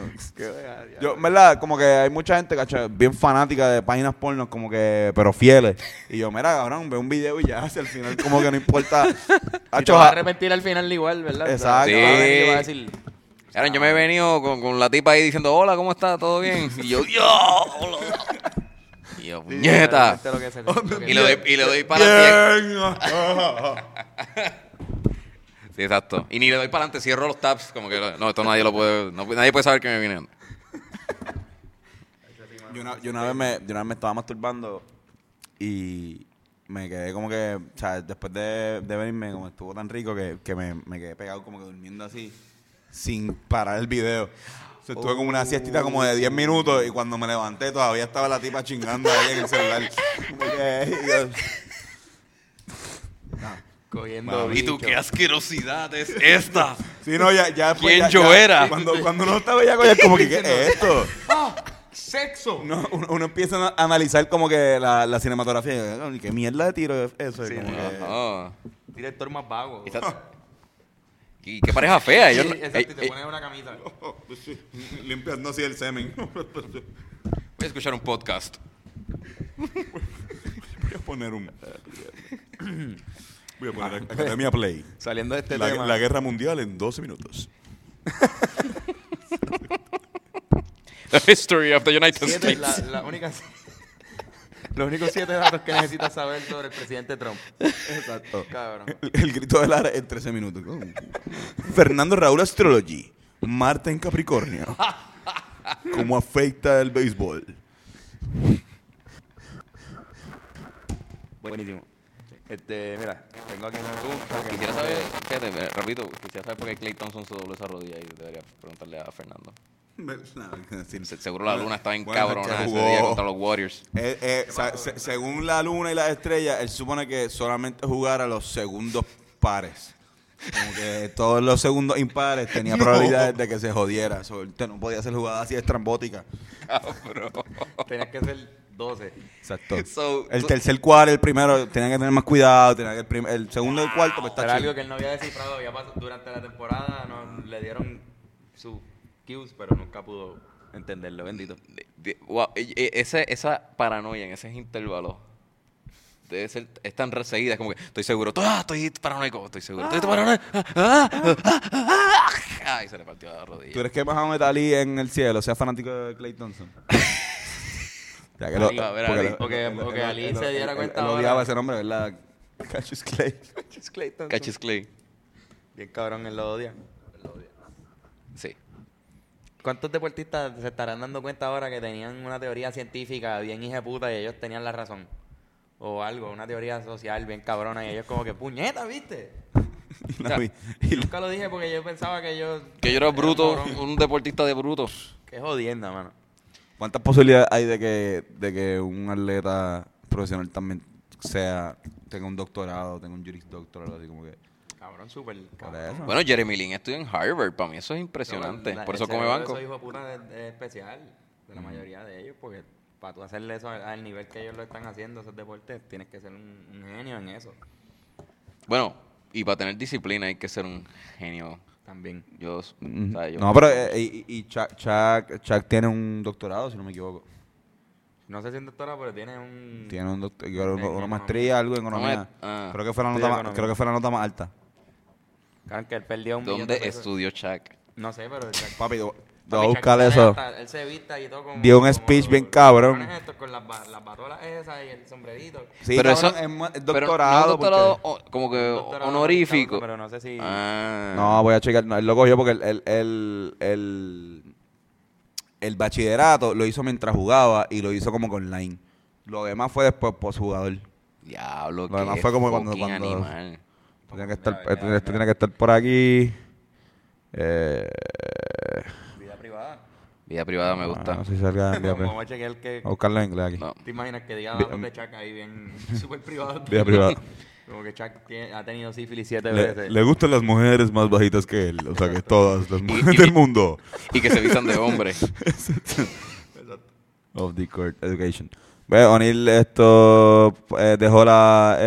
S3: Yo, en verdad, como que hay mucha gente, cacho, bien fanática de páginas porno, como que, pero fieles. Y yo, mira, cabrón, ve un video y ya, si al final como que no
S6: [laughs]
S3: importa.
S6: Y te
S3: Cacho,
S6: vas a
S3: ja-
S6: arrepentir al final igual, ¿verdad?
S3: Exacto.
S6: O sea, vas a venir y
S2: Sí.
S6: vas a decir,
S2: Aaron, yo me he venido con, con la tipa ahí diciendo, hola, ¿cómo está? ¿Todo bien? Y yo, Dios, hola. Y yo, puñeta.
S6: realmente lo que es el- lo
S2: [laughs]
S6: que
S2: Y
S6: es.
S2: le doy, y le doy para adelante.
S3: Bien.
S2: Sí, exacto. Y ni le doy para adelante, cierro los tabs. Como que, no, esto nadie lo puede, no- nadie puede saber que me viene.
S3: Yo una, yo una vez me, yo una vez me estaba masturbando y me quedé como que, o sea, después de, de venirme, como estuvo tan rico que, que me, me quedé pegado como que durmiendo así, sin parar el video. O sea, estuve como una siestita como de 10 minutos y cuando me levanté todavía estaba la tipa chingando ahí en el celular. Como que, y yo-
S6: cogiendo
S2: Y tú,
S6: bicho.
S2: qué asquerosidad es esta.
S3: sí, no, ya, ya después
S2: ¿Quién
S3: ya-
S2: yo
S3: ya-
S2: era?
S3: Cuando, cuando uno está bellaco ya es como que, ¿qué es esto? Ah, ¡Sexo! uno, uno empieza a analizar como que la, la cinematografía y yo, ¿qué mierda de tiro es eso? Y
S6: Sí,
S3: como
S6: no.
S3: que-
S2: No.
S6: Director más vago.
S2: Y está- Y qué pareja fea. Yo, no-
S6: Sí, exacto, y te
S2: eh, eh,
S6: pones una camisa.
S3: Oh, pues Limpiando así el semen. [laughs]
S2: voy a escuchar un podcast.
S3: Voy a poner un. Voy a poner Academia Play.
S6: Saliendo de este
S3: La,
S6: tema.
S3: la guerra mundial en 12 minutos.
S2: [laughs] The history of the United
S6: siete,
S2: States.
S6: la, la única- [laughs] los únicos siete datos que necesitas saber sobre el presidente Trump.
S3: Exacto.
S6: Cabrón.
S3: El, el grito de Lara en 13 minutos. Oh. Fernando Raúl Astrology. Marte en
S2: [laughs]
S3: Capricornio. ¿Cómo afecta el béisbol?
S6: Buenísimo. Este, mira, tengo aquí una pregunta que
S2: Quisiera
S6: no sé-
S2: saber, fíjate, eh, repito, quisiera saber por qué Clay Thompson se dobló esa rodilla y debería preguntarle a Fernando.
S3: Pues,
S2: Se- Seguro la luna estaba
S3: Bueno, es que
S2: encabronada ese
S3: jugó-
S2: día contra los Warriors.
S3: Eh, eh, o sea, se- según la luna y las estrellas, él supone que solamente jugara los segundos pares. Como que todos los segundos impares
S2: [laughs]
S3: tenía probabilidades de que se jodiera. So, él te- no podía hacer jugadas así estrambóticas.
S2: [laughs] Cabrón.
S6: Tenías que ser 12.
S3: Exacto.
S2: So,
S3: el
S2: tú-
S3: tercer cuarto, el primero, tenía que tener más cuidado. Tenía que el, prim- el segundo y el cuarto, pues está
S6: Era
S3: chido.
S6: algo que él no había descifrado, había pasado durante la temporada, no, le dieron sus cues, pero nunca pudo entenderlo, bendito.
S2: de- de- wow, e- e- ese- esa paranoia en ese intervalo debe ser es tan reseguida como que estoy seguro ah, estoy paranoico estoy seguro estoy paranoico ah, ah, ah, ah, ah, ah. ay se le partió la
S3: ¿Tú
S2: rodilla
S3: crees que Mohamed Ali en el cielo sea fanático de Clay Thompson? Ya que lo-
S2: Ali, a ver,
S3: porque
S2: Ali.
S3: lo-
S6: Porque-
S3: él-
S6: porque
S3: él-
S6: Ali
S3: él-
S6: se
S3: él-
S6: diera
S3: él-
S6: cuenta
S3: él
S6: ahora.
S3: odiaba ese nombre, ¿verdad? [laughs] Cassius Clay. [laughs]
S2: Catches Clay
S6: Bien cabrón, él lo odia.
S2: sí
S6: ¿Cuántos deportistas se estarán dando cuenta ahora que tenían una teoría científica bien hija de puta y ellos tenían la razón? O algo, una teoría social bien cabrona y ellos como que puñeta, ¿viste?
S3: Y la vi- y la-
S6: Nunca lo dije porque yo pensaba que yo...
S2: que yo era
S6: un
S2: bruto
S6: cabrón.
S2: un deportista de brutos
S6: Qué jodienda, mano.
S3: ¿Cuántas posibilidades hay de que, de que un atleta profesional también sea, tenga un doctorado, tenga un juris doctor, algo así como que?
S6: Cabrón, súper.
S3: Por
S6: cabrón.
S3: eso.
S2: Bueno, Jeremy Lin estudió en Harvard. Para mí eso es impresionante.
S6: La-
S2: Por
S6: el
S2: eso come
S6: cerebro de
S2: banco. Mm.
S6: esos hijos de puta es, es especial de la mayoría de ellos, porque para tú hacerle eso al, al nivel que ellos lo están haciendo, esos deportes, tienes que ser un, un genio en eso
S2: Bueno, y para tener disciplina hay que ser un genio.
S6: también.
S2: Yo, o
S6: Mm.
S3: Ujú.
S2: sea, yo-
S3: No, pero eh, y, y- y Chuck, Chuck- Chuck tiene un doctorado, si no me equivoco.
S6: No sé si es doctora, pero tiene un.
S3: Tiene un doctor- yo creo que
S6: En
S3: una
S6: economía.
S3: maestría, algo en
S2: No
S3: economía.
S2: me- ah.
S3: creo, que fue la
S6: Sí,
S3: nota más,
S6: eh, economía.
S3: creo que fue la nota más alta.
S6: Cabrón, que él perdió un
S2: ¿Dónde
S6: billete de pesos.
S2: estudió Chuck?
S6: No sé, pero. el Chuck-
S3: Papi, yo
S6: papi,
S3: voy a
S6: Chuck
S3: buscar
S6: sale
S3: eso.
S6: hasta- él se vista y todo con-
S3: Dio un
S6: como
S3: speech
S6: los-
S3: bien cabrón.
S6: los cabrones estos Con las, ba- las batolas esas y el sombrerito.
S3: Sí,
S2: pero
S3: cabrón,
S2: eso
S3: es ma- es
S2: pero no
S3: doctorado. porque-
S2: doctorado o- como que
S6: Doctorado
S2: honorífico.
S6: Pero no sé si.
S2: Ah.
S3: No, voy a checar. No, él lo cogió porque el, el, el, el- el bachillerato lo hizo mientras jugaba y lo hizo como que online. Lo demás fue después posjugador.
S2: Diablo,
S3: Lo demás
S2: qué
S3: fue como cuando-
S2: fucking
S3: cuando-
S2: animal.
S3: Tiene que estar, esto tiene- esto tiene que estar por aquí. Eh,
S6: Vida privada.
S2: Vida privada
S3: Ah,
S2: me gusta.
S3: no sé si salga.
S6: Como
S3: voy
S6: Vamos a chequear que.
S3: a buscarlo en inglés aquí.
S2: No.
S6: ¿Te imaginas que diga
S3: Vi-
S6: datos de Chuck ahí bien [laughs] súper privado?
S3: Vida privada.
S6: [laughs] Como que Chuck tiene- ha tenido sífilis siete
S3: Le,
S6: veces. [laughs]
S3: le gustan las mujeres más bajitas que él. O sea, que todas las mujeres del mundo.
S2: Y que se vistan de
S3: [laughs]
S2: hombre.
S3: Of the Court Education. Ve, O'Neill esto eh, dejó la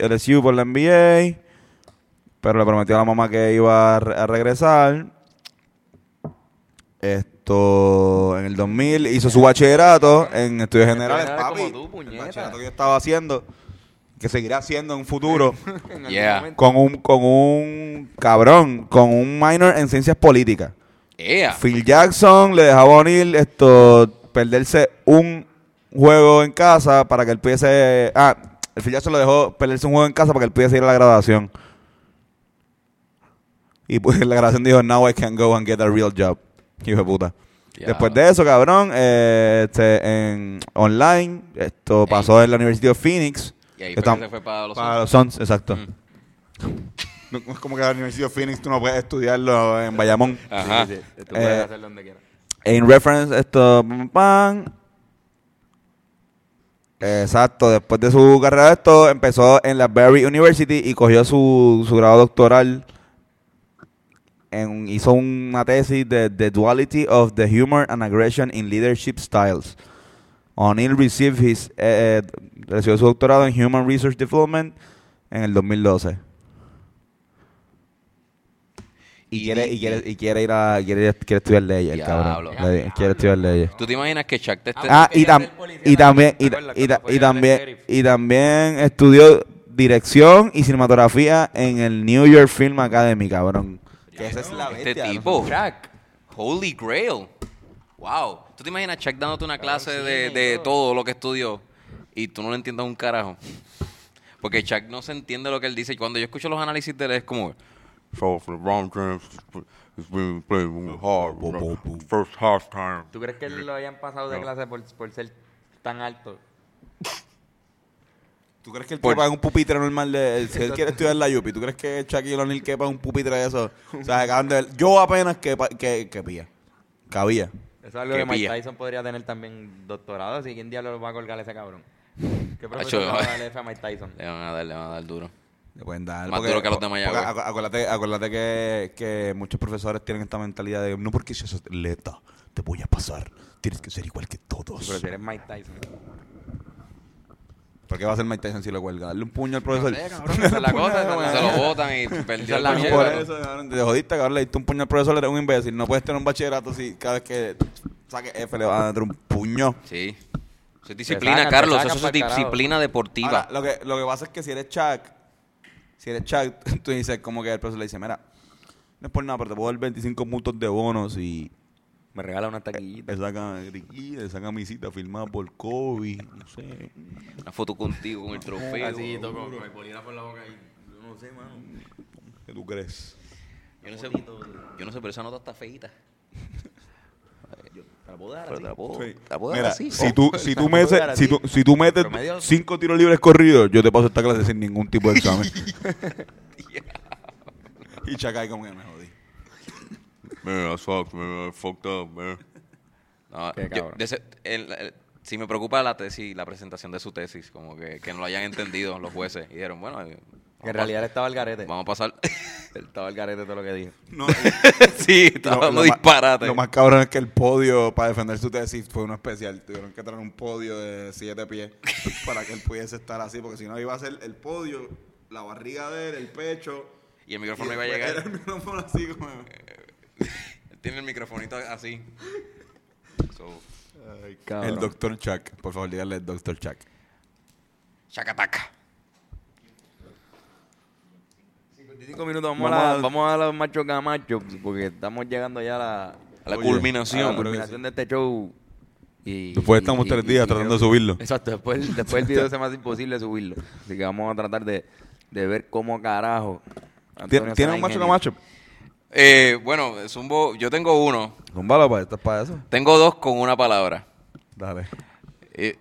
S3: LSU. por la NBA, pero le prometió a la mamá que iba a, re- a regresar. Esto en el 2000 hizo su bachillerato en estudios generales.
S6: Generales como
S3: Papi,
S6: tú, puñeta.
S3: el bachillerato que yo estaba haciendo, que seguirá haciendo en un futuro, [laughs]
S6: En
S2: Yeah.
S6: algún momento.
S3: con un con un cabrón, con un minor en ciencias políticas.
S2: ¡Ea!
S3: Phil Jackson le dejaba a O'Neal esto, perderse un juego en casa para que él pudiese. Ah, el Phil Jackson lo dejó perderse un juego en casa para que él pudiese ir a la graduación. Y pues [laughs] en la graduación dijo: Now I can go and get a real job. Hijo de puta.
S2: Ya.
S3: Después de eso, cabrón, eh, este, en online, esto pasó en la Universidad de Phoenix.
S2: Y ahí fue
S3: Está-
S2: que se fue para los
S3: para
S2: Suns.
S3: los Suns, exacto.
S2: Mm.
S3: [laughs] No, es como que la Universidad de Phoenix tú no puedes estudiarlo en Bayamón.
S2: Ajá.
S6: Sí, sí, sí. Tú puedes
S3: Eh,
S6: hacerlo donde quieras.
S3: En reference, esto, pam, pam. Exacto, después de su carrera de esto, empezó en la Berry University y cogió su, su grado doctoral. En, hizo una tesis de The Duality of the Humor and Aggression in Leadership Styles. O'Neill received his, eh, eh, recibió su doctorado en Human Research Development en el 2012. Y quiere, y quiere, y quiere ir a quiere, ir- quiere estudiar leyes, el
S2: Diablo.
S3: cabrón. Le- quiere estudiar leyes.
S2: ¿Tú te imaginas que Chuck te este, esté...
S3: Ah, y,
S6: Quería ser
S3: tam-
S6: policía
S3: y también, y,
S6: ¿te acuerdas
S3: y-
S6: cuando
S3: y
S6: fue
S3: también,
S6: el sheriff?
S3: y también estudió dirección y cinematografía en el New York Film Academy, cabrón. Que esa es la
S2: este
S3: bestia, ¿no?
S2: tipo. Holy Grail. Wow. ¿Tú te imaginas Chuck dándote una clase de, de todo lo que estudió y tú no le entiendas un carajo? Porque Chuck no se entiende lo que él dice. Y Cuando yo escucho los análisis de él es como...
S9: So for the round games, it's been played hard. First half time.
S6: ¿Tú crees que lo hayan pasado de clase por, por ser tan alto?
S3: ¿Tú crees que él
S2: Por-
S3: quepa en un pupitre normal? De, si él quiere estudiar la Yupi, ¿tú crees que Shaquille O'Neal quepa en un pupitre de eso? O sea, acaban de ver. Yo apenas que, que, que pía. Cabía.
S6: Eso es algo
S2: Qué
S6: que Mike
S2: pilla.
S6: Tyson podría tener también doctorado. Así quién diablos va a colgar a ese cabrón. ¿Qué
S2: Hacho,
S6: profesor le va
S2: [laughs]
S6: a darle F a Mike Tyson?
S2: Le van a dar, le van a dar duro.
S3: Le pueden dar.
S2: Más duro que los de Mayagüez.
S3: porque acu- acuérdate, acuérdate que, que muchos profesores tienen esta mentalidad de no porque seas atleta, te voy a pasar. Tienes que ser igual que todos.
S6: Pero si eres Mike Tyson.
S3: ¿Por qué va a ser Mike Tyson si lo cuelga? Darle un puño al profesor.
S2: Esa
S6: [laughs]
S2: es la cosa. se lo botan y perdió
S6: es la
S2: el
S6: mierda.
S3: Por
S2: bachillerato.
S3: eso, cabrón, te jodiste, cabrón. Le diste un puño al profesor, eres un imbécil. No puedes tener un bachillerato si cada vez que saque F le vas a dar un puño.
S2: Sí. Eso es disciplina,
S6: sacan, te
S2: Carlos. Eso
S6: sacan
S2: es
S6: pa'l carajo.
S2: disciplina deportiva.
S3: Ahora, lo, que, lo que pasa es que si eres Chuck, si eres Chuck, [laughs] tú dices como que el profesor le dice, mira, no es por nada, pero te puedo dar 25 puntos de bonos y Eh,
S6: Me regala una
S3: le
S6: taquillita.
S3: sacan le sacan cita firmada por Kobe, no sé.
S2: Una foto contigo con el trofeo.
S6: Así, toco, con el bolígrafo en la boca ahí. Yo No sé, mano.
S3: ¿Qué tú crees?
S2: Yo no sé, yo no sé, pero esa nota está feita. Te la puedo dar así. Te la puedo,
S3: Sí.
S2: te la puedo dar
S3: Mira,
S2: así.
S3: si
S6: [laughs]
S3: tú, si tú metes,
S6: Ahora
S3: si
S6: sí.
S3: tú, si tú metes
S6: Promedio.
S3: cinco tiros libres corridos, yo te paso esta clase sin ningún tipo de
S6: [laughs]
S3: examen. y Chacay como que me jodí.
S9: Man, I sucked, man. I fucked up, man.
S2: No,
S6: Qué
S2: yo-
S6: cabrón.
S2: de ese- el- el- sí me preocupa la tesis, la presentación de su tesis, como que, que no lo hayan entendido los jueces. Y dijeron, bueno, eh,
S6: Que en realidad él estaba al garete.
S2: vamos a pasar. [laughs]
S6: Él estaba al garete todo lo que dijo. [laughs]
S7: No,
S2: sí, estaba
S7: lo- lo
S2: dando
S7: más-
S2: disparate.
S7: Lo más cabrón es que el podio para defender su tesis fue uno especial. Tuvieron que traer un podio de siete
S2: [laughs]
S7: pies para que él pudiese estar así, porque si no iba a ser el podio, la barriga de él, el pecho.
S2: y el micrófono
S7: y
S2: iba a
S7: después
S2: llegar.
S7: era el micrófono así como-
S2: Él Tiene el microfonito así. So,
S7: El doctor Chuck. Por favor, dígale el doctor Chuck.
S2: chacataca.
S6: 55 minutos, vamos, a, la- vamos a los macho camacho, porque estamos llegando ya a la,
S2: A la
S7: Oye,
S6: a la
S2: culminación.
S6: culminación de este show. Y,
S7: Después estamos tres días tratando de subirlo.
S6: Exacto, después, después el video se me hace imposible subirlo. Así que vamos a tratar de, de ver cómo carajo.
S3: ¿Tien- ¿Tienes un macho
S6: Antonio
S3: camacho?
S2: Eh, bueno, Zumbo, yo tengo uno.
S3: Zúmbalo para, pues, esto es para eso.
S2: Tengo dos con una palabra.
S3: Dale.
S2: Eh,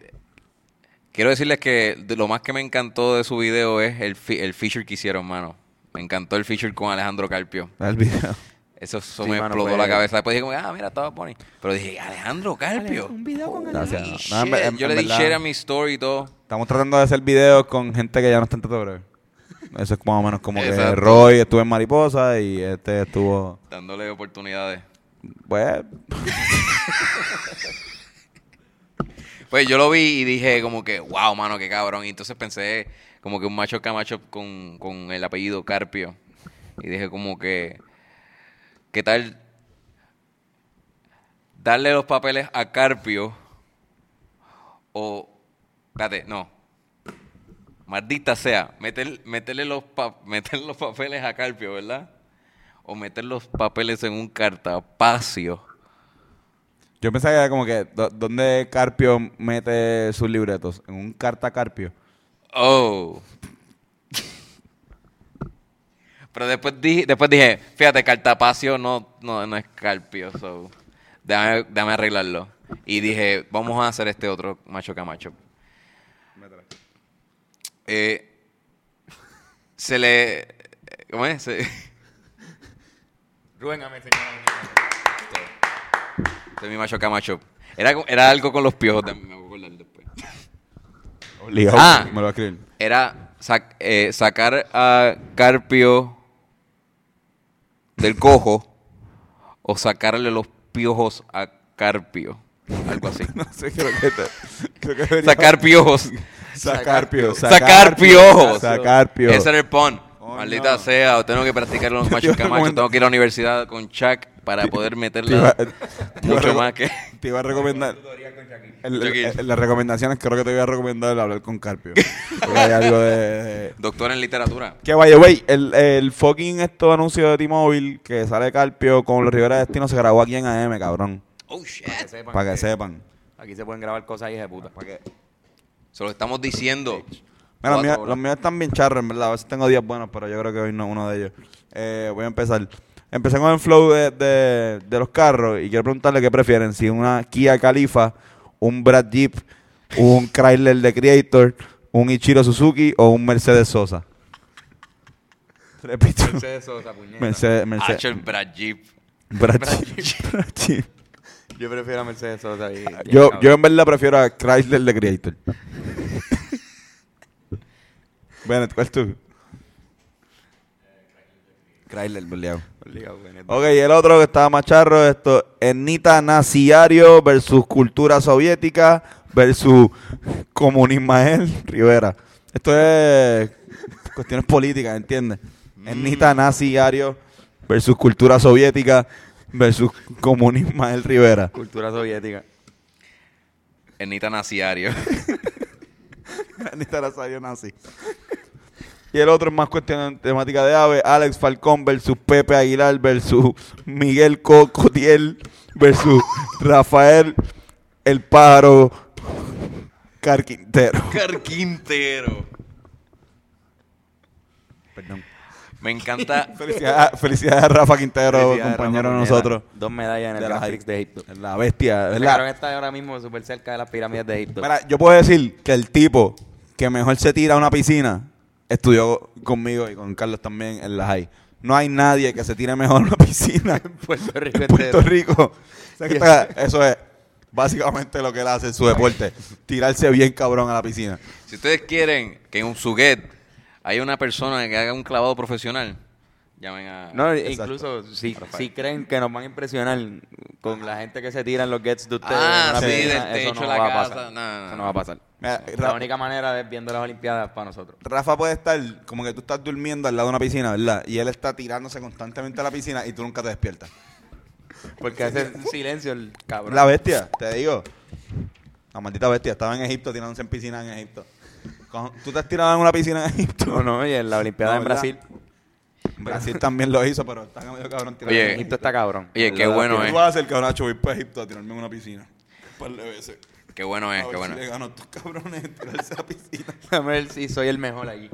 S2: quiero decirles que de lo más que me encantó de su video es el, fi- el feature que hicieron, mano. Me encantó el feature con Alejandro Carpio.
S3: Dale el video.
S2: Eso, eso
S6: Sí,
S2: me
S6: mano,
S2: explotó
S6: fue-
S2: la cabeza. Después dije, como, ah, mira, estaba Pony. Pero dije, Alejandro Carpio.
S3: Gracias.
S2: Holy
S3: No, en
S2: shit.
S3: ver- en-
S2: yo
S3: en
S2: le di
S3: verdad,
S2: share a mi story y todo.
S3: Estamos tratando de hacer videos con gente que ya no está en Teto Breve. Eso es más o menos como que
S2: Exacto.
S3: Roy estuvo en Mariposa y este estuvo...
S2: Dándole oportunidades.
S3: Pues,
S2: Pues yo lo vi y dije como que, wow, mano, qué cabrón. Y entonces pensé como que un macho camacho con, con el apellido Carpio. Y dije como que, ¿qué tal darle los papeles a Carpio? O, espérate, no. Maldita sea, meter- meterle los, pa- [laughs] meter los papeles a Carpio, ¿verdad? O meter los papeles en un cartapacio.
S3: yo pensaba que era como que... do- ¿Dónde Carpio mete sus libretos? En un carta Carpio.
S2: Oh. Pero después dije, después dije, fíjate, Cartapacio no, no, no es Carpio, so, déjame, déjame arreglarlo. Y dije, vamos a hacer este otro macho camacho. Eh, se le... ¿Cómo es? Se-
S6: Rubén Amé, señor.
S2: de Este, mi macho camacho. Era, co- era algo con los piojos también, me voy a acordar después.
S3: Obligado.
S2: Ah.
S3: Me lo va a escribir.
S2: Era sac- eh, sacar a Carpio del cojo o sacarle los piojos a Carpio. Algo así.
S3: [laughs] [laughs] No sé, creo que... te- creo que debería-
S2: Sacar piojos.
S3: Sacarpio.
S2: Sacar piojos.
S3: Sacar piojos.
S2: Ese era el pon.
S3: Oh,
S2: Maldita
S3: no.
S2: sea, o tengo que practicar
S3: [laughs]
S2: los machos
S3: iba a
S2: camachos.
S3: recomendar-
S2: Tengo que ir a la universidad con Chuck
S3: [laughs]
S2: para poder
S3: Te iba-
S2: meterla
S3: te iba a
S2: mucho
S3: reco-
S2: más que. [laughs]
S3: Te iba a recomendar. El- el-
S2: Shaquille.
S3: el- las recomendaciones creo que te voy a recomendar hablar con Carpio. Porque hay algo de. de-
S2: Doctor en literatura.
S3: Que vaya, güey. El, el fucking esto anuncio de T-Mobile que sale Carpio con los Rivera Destino se grabó aquí en AM, cabrón.
S2: Oh shit.
S6: Para que sepan.
S3: Para que sepan.
S6: Aquí se pueden grabar cosas hijas de puta.
S2: Se lo estamos diciendo.
S3: Mira, los
S2: Cuatro
S3: míos,
S2: horas.
S3: los míos están bien charros, en verdad. A veces tengo días buenos, pero yo creo que hoy no es uno de ellos. Eh, voy a empezar. Empecé con el flow de, de- de los carros y quiero preguntarle qué prefieren: si una Kia Khalifa, un Brad Jeep, [laughs] un Chrysler de Creator, un Ichiro Suzuki o un Mercedes Sosa. Repito: Mercedes,
S2: H.
S3: Mercedes,
S2: el Brad Jeep.
S3: Brad Jeep. [laughs] Brad Jeep.
S6: Yo prefiero a Mercedes Sosa. y-
S3: Yo,
S6: y-
S3: yo en verdad prefiero a Chrysler de Creator. Bennett, ¿cuál es tú? Chrysler, boleado.
S6: Obligado, güey.
S3: Ok, y el otro que estaba más charro, esto, etnita naziario versus cultura soviética versus comunismo Rivera. Esto es cuestiones políticas, ¿entiendes?
S6: Mm.
S3: Etnita naziario versus cultura soviética versus comunismo Rivera.
S6: Cultura soviética.
S2: Ernita Naciario. [laughs]
S3: [laughs] Anita Nazario nazi. Y el otro es más cuestión temática de ave. Alex Falcón versus Pepe Aguilar versus Miguel Cocotiel versus Rafael el Pájaro Carquintero.
S2: Oscar Quintero.
S3: Perdón.
S2: Me encanta.
S3: Felicidades, a- felicidades a Rafa Quintero,
S6: Felicidades,
S3: compañero de
S6: Ramón
S3: nosotros.
S6: Pineda. Dos medallas en el
S3: De las-
S6: Grand Prix de Egipto.
S3: La bestia,
S6: El cabrón
S3: ¿verdad?
S6: está ahora mismo súper cerca de las pirámides de Egipto.
S3: Mira, yo puedo decir que el tipo que mejor se tira a una piscina estudió conmigo y con Carlos también en la high. No hay nadie que se tire mejor a una [laughs] piscina
S6: [laughs] Puerto Rico
S3: en Puerto
S6: [laughs] entero.
S3: Rico. O sea, que está- eso es. Básicamente lo que él hace es su deporte. Tirarse bien cabrón a la piscina.
S2: Si ustedes quieren que en un suguet haya una persona que haga un clavado profesional, llamen a.
S6: No,
S3: Exacto.
S6: incluso si, si creen que nos van a impresionar con la gente que se tira en los gets de ustedes,
S2: Ah,
S6: en una
S2: sí, del
S6: piscina, eso
S2: techo
S6: no
S2: de la
S6: va a
S2: casa, no,
S6: pasar.
S2: no, no.
S6: Eso no va a pasar.
S3: Mira,
S6: La
S3: Ra-
S6: única manera es viendo las Olimpiadas para nosotros.
S3: Rafa puede estar como que tú estás durmiendo al lado de una piscina, ¿verdad? Y él está tirándose constantemente a la piscina y tú nunca te despiertas.
S6: Porque hace [laughs] silencio el cabrón.
S3: La bestia, te digo. La maldita bestia. Estaba en Egipto tirándose en piscina en Egipto. Con- ¿Tú te has tirado en una piscina en Egipto?
S6: No, no, y en la Olimpiada
S3: No,
S6: en
S3: ¿verdad?
S6: Brasil.
S3: Brasil también lo hizo, pero está medio cabrón tirando
S2: Oye,
S3: en
S6: Egipto
S3: Egipto.
S6: está cabrón.
S2: Oye, qué
S6: [laughs]
S2: bueno
S3: ¿Qué
S2: es.
S3: tú vas a hacer, cabrón? Yo voy para Egipto a tirarme en una piscina. Un par de veces.
S2: Qué bueno
S3: A
S2: es,
S3: ver
S2: qué bueno.
S3: si le
S2: es.
S3: gano a estos cabrones de tirarse a la piscina.
S6: A ver si soy el mejor allí.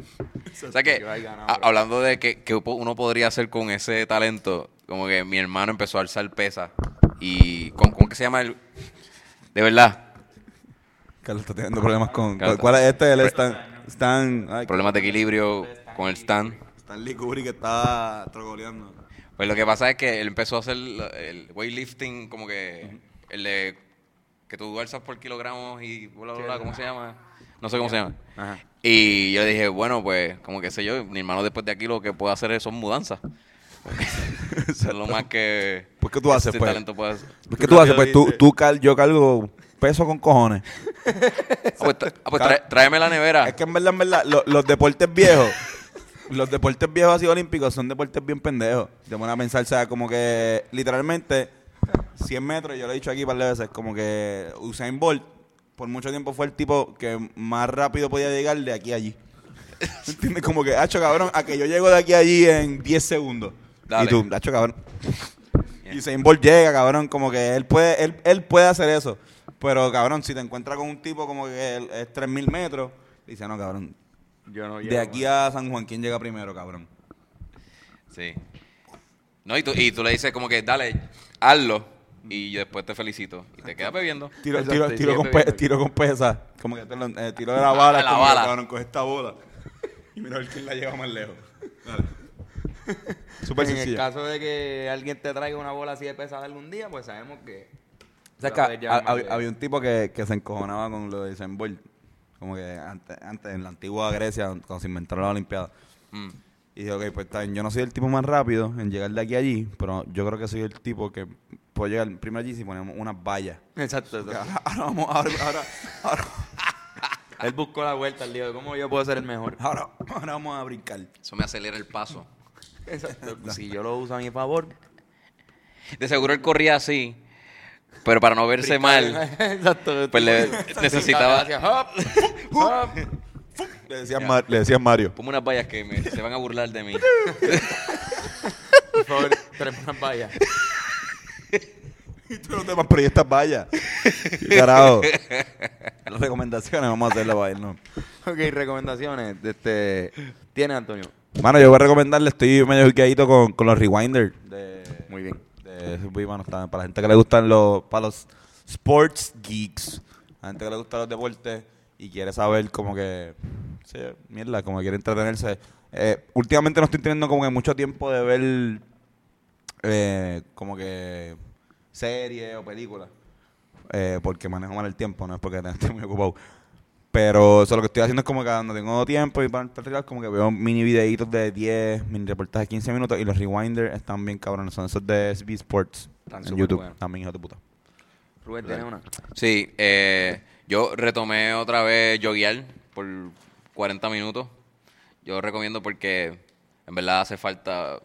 S2: O sea que,
S6: Yo ahí ganaba,
S2: a-
S6: bro.
S2: hablando de que, que uno podría hacer con ese talento, como que mi hermano empezó a alzar pesas y. ¿Cómo, cómo que se llama el.? De verdad,
S3: Carlos está teniendo problemas con...
S2: Carlos.
S3: ¿Cuál es este? Él está... Están... Ay,
S2: problemas de equilibrio con el stand.
S3: Están Licuri que está trogoleando.
S2: Pues lo que pasa es que él empezó a hacer la- el weightlifting, como que el de que tú alzas por kilogramos y bla, bla, bla, ¿cómo se llama? No sé cómo se llama.
S6: Ajá.
S2: Y yo le dije, bueno, pues, como que sé yo, mi hermano después de aquí lo que puede hacer es- son mudanzas. [laughs] es lo más que.
S3: Pues, ¿qué tú haces,
S2: este
S3: pues?
S2: talento puede hacer.
S3: ¿Qué tú haces? Pues tú, tú cal- yo cargo peso con cojones.
S2: Ah, pues, tra- ah, pues, tra- tráeme la nevera.
S3: Es que en verdad, en verdad, lo- los deportes viejos, los deportes viejos así olímpicos son deportes bien pendejos. Te van a pensar, o sea, como que literalmente 100 metros, yo lo he dicho aquí varias veces, como que Usain Bolt por mucho tiempo fue el tipo que más rápido podía llegar de aquí a allí. ¿Entiendes? Como que, hacho cabrón, a que yo llego de aquí a allí en 10 segundos.
S2: Dale.
S3: Y tú, hacho cabrón. Y Usain Bolt llega, cabrón, como que él puede, él, él puede hacer eso. Pero, cabrón, si te encuentras con un tipo como que él es 3.000 metros, dice, no, cabrón,
S6: Yo no
S3: de aquí a San Juan, ¿quién llega primero, cabrón?
S2: Sí. No, y tú, y tú le dices, como que, dale, hazlo. Y yo después te felicito. Y te quedas bebiendo.
S3: Tiro,
S6: Exacto,
S3: tiro,
S6: y
S3: tiro, con,
S6: siempre
S3: pe-
S6: viene.
S3: tiro con pesa. Como que te lo- eh, tiro de la bala.
S2: Ah, la
S3: como que,
S2: bala.
S3: Cabrón, coge esta bola. Y mira a ver quién la lleva más lejos. Dale. Súper
S6: en el
S3: sencillo.
S6: caso de que alguien te traiga una bola así de pesada algún día, pues sabemos que.
S3: O sea,
S6: la
S3: que
S6: puedes
S3: ha-
S6: llevar más
S3: hab-
S6: lejos.
S3: había un tipo que, que se encojonaba con lo de Usain Bolt. Como que antes, antes, en la antigua Grecia, cuando se inventaron las Olimpiadas.
S2: Mm.
S3: Y dije, ok, pues está bien, yo no soy el tipo más rápido en llegar de aquí a allí, pero yo creo que soy el tipo que puedo llegar primero allí si ponemos unas vallas.
S6: Exacto.
S3: Porque
S6: exacto.
S3: [laughs] Ahora, [laughs] ahora vamos, ahora, ahora, ahora,
S6: Él buscó la vuelta al lío de cómo yo puedo ser el mejor.
S3: ahora- ahora vamos a brincar.
S2: Eso me acelera el paso.
S6: Exacto. [laughs] Si yo lo uso a mi favor.
S2: De seguro él corría así, pero para no verse mal,
S6: [laughs] Exacto.
S2: pues [laughs] le
S6: Necesitaba.
S2: necesitaba...
S3: Le decían, Mar- le decían Mario.
S2: Ponme unas vallas que me- se van a burlar de mí.
S6: Por favor, traemos unas vallas.
S3: Y tú no te vas por ahí estas
S6: [laughs]
S3: vallas. Carajo. Las recomendaciones vamos a hacerlas para irnos.
S6: Ok, recomendaciones. Este, ¿Tiene, Antonio?
S3: Mano, yo voy a recomendarle, estoy medio juqueadito con, con los Rewinder. De,
S6: Muy bien.
S3: de- uy, mano, está- para la gente que le gustan los, para los sports geeks, la gente que le gustan los deportes y quiere saber como que, sí, mierda, como que quiere entretenerse. Eh, últimamente no estoy teniendo como que mucho tiempo de ver eh, como que series o películas. eh, porque manejo mal el tiempo, no es porque [laughs] esté muy ocupado. Pero eso lo que estoy haciendo es como que cuando tengo tiempo y para entregar, como que veo mini videitos de 10, mini reportajes de 15 minutos y los rewinder están bien cabrones. Son esos de SB Sports
S6: Están
S3: en
S6: súper
S3: YouTube.
S6: buenos.
S3: También hijo de puta.
S6: Rubén, ¿tiene una?
S2: Sí, eh, yo retomé otra vez joguear por 40 minutos. Yo recomiendo porque en verdad hace falta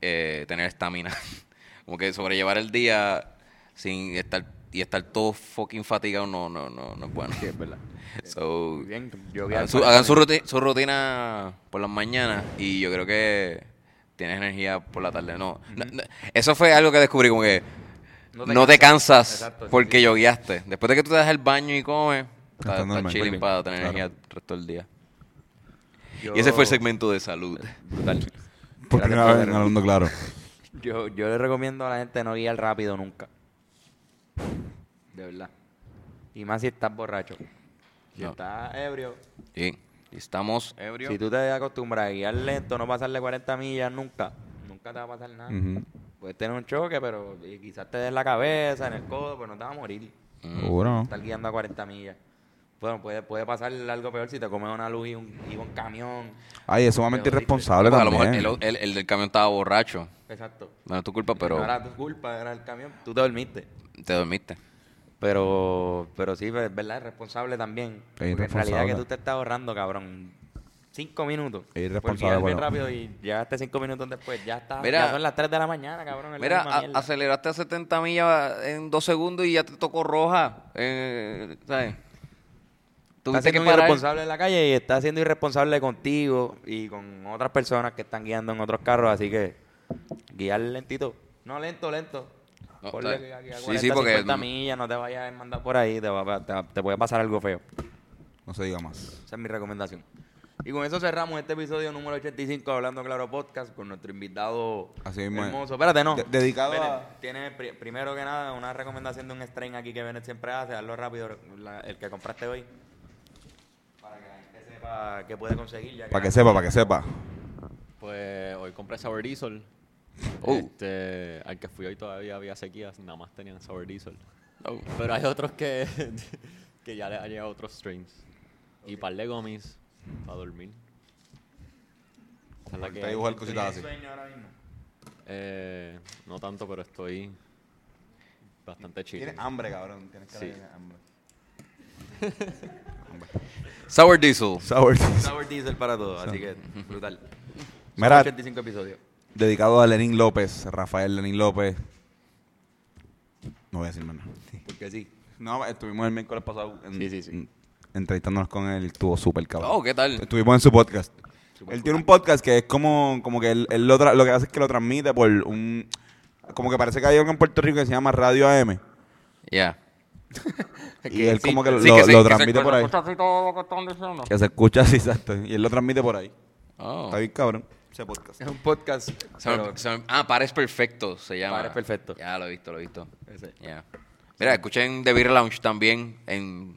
S2: eh, tener estamina. [laughs] Como que sobrellevar el día sin estar y estar todo fucking fatigado no, no, no, no es bueno. es verdad. So,
S6: Muy bien. Yo voy a-
S2: Hagan, su, hagan su ruti- su rutina por las mañanas y yo creo que tienes energía por la tarde. No, no- no, eso fue algo que descubrí, como que no te, cansas
S6: Exacto, sí,
S2: porque yogueaste. Después de que tú te das el baño y comes, estás
S3: normal.
S2: está
S3: Muy
S2: chilling
S3: bien,
S2: para tener
S3: claro.
S2: energía el resto del día.
S6: Yo-
S2: Y ese fue el segmento de salud.
S6: Brutal.
S3: Por
S6: Gracias
S3: primera
S6: por
S3: vez en
S6: verlo.
S3: Hablando Claro.
S6: Yo, yo le recomiendo a la gente no guiar rápido nunca. De verdad. Y más si estás borracho. Si
S2: No.
S6: estás ebrio.
S2: Sí. Y estamos eh, ebrios.
S6: Si tú te acostumbras a guiar lento, no pasarle 40 millas nunca, nunca te va a pasar nada.
S3: Ujú.
S6: Puedes tener un choque, pero y quizás te des la cabeza, en el codo, pero no te va a morir.
S3: Seguro.
S6: Estar guiando a 40 millas. Bueno, puede, puede pasar algo peor si te comes una luz y un, y un camión.
S3: Ay, es sumamente
S6: Te jodiste.
S3: irresponsable
S2: Porque pues, a lo
S3: también.
S2: mejor el, el- el del camión estaba borracho.
S6: Exacto.
S2: No es tu culpa, pero
S6: No era tu culpa, era el camión. Tú te dormiste.
S2: te dormiste.
S6: Pero, pero sí, es verdad, es responsable
S3: Es
S6: también. Porque en realidad que
S3: irresponsable.
S6: tú te estás ahorrando, cabrón. Cinco minutos.
S3: Es irresponsable,
S6: Por guiar bien
S3: bueno.
S6: rápido y llegaste cinco minutos después. Ya está.
S2: Mira.
S6: ya son las 3 de la mañana, cabrón. es la
S2: Mira,
S6: misma
S2: a-
S6: mierda.
S2: aceleraste a 70 millas en dos segundos y ya te tocó roja. Eh, ¿Sabes?
S6: Está
S2: Tuviste que
S6: siendo
S2: parar.
S6: irresponsable en la calle y está siendo irresponsable contigo y con otras personas que están guiando en otros carros, así que guiar lentito. No lento, lento.
S2: No,
S6: Ponle
S2: está-
S6: que- que a
S2: sí,
S6: 40,
S2: sí, porque-
S6: 50 millas, no te vayas a mandar por ahí, te, va- te- te puede pasar algo feo.
S3: No se diga más.
S6: Esa es mi recomendación. Y con eso cerramos este episodio número 85 Hablando Claro Podcast con nuestro invitado
S3: Así mismo es.
S6: hermoso. Espérate, no.
S3: De- dedicado
S6: Espérate.
S3: a-
S6: Tiene pri- primero que nada una recomendación de un strain aquí que Bennett siempre hace. Hazlo rápido, la- el que compraste hoy. Para que la gente sepa que puede conseguir. ya
S3: Para que sepa, para que sepa.
S1: Pues hoy compré Sour Diesel.
S2: Oh.
S1: Este, al que fui hoy todavía había sequías, nada más tenían Sour Diesel.
S2: Oh.
S1: Pero hay otros que, [laughs] que ya les ha llegado otros strings. Y par de gomis para dormir. Esa es la que
S3: Te
S1: hay.
S3: dibujo el cosita
S6: ¿Tienes
S3: así.
S6: sueño ahora mismo?
S1: Eh, no tanto, pero estoy bastante chido.
S3: Tienes hambre, cabrón. Tienes que
S1: Sí.
S3: hambre.
S2: Sour Diesel.
S3: [laughs] Sour.
S6: Sour Diesel para todos,
S3: [laughs]
S6: así que brutal. Son
S3: Mira.
S6: 85 episodios.
S3: Dedicado a Lenín López, Rafael Lenín López. No voy a decir más nada.
S6: Porque sí.
S3: No, estuvimos el miércoles pasado en-
S1: Sí, sí, sí.
S3: entrevistándonos con él, estuvo súper cabrón.
S2: Oh, ¿qué tal?
S3: Estuvimos en su podcast. él tiene un podcast que es como, como que él, él lo, tra- lo que hace es que lo transmite por un... Como que parece que hay algo en Puerto Rico que se llama Radio AM.
S2: Ya.
S3: Y él
S2: Sí,
S3: como que lo,
S2: sí, que se-
S3: lo
S2: que se
S3: transmite por ahí.
S2: escucha así todo lo que están diciendo.
S3: Que se escucha [laughs] así, exacto. Y él lo transmite por ahí.
S2: Oh.
S3: Está bien cabrón. Ese podcast.
S6: Es un podcast.
S2: Se me-
S6: pero-
S2: se me- ah, Pares Perfecto se llama.
S6: Pares Perfecto. Este.
S2: Ya, lo he visto, lo he visto.
S6: Ese.
S2: Ya. Mira, escuchen The Beer Lounge también en...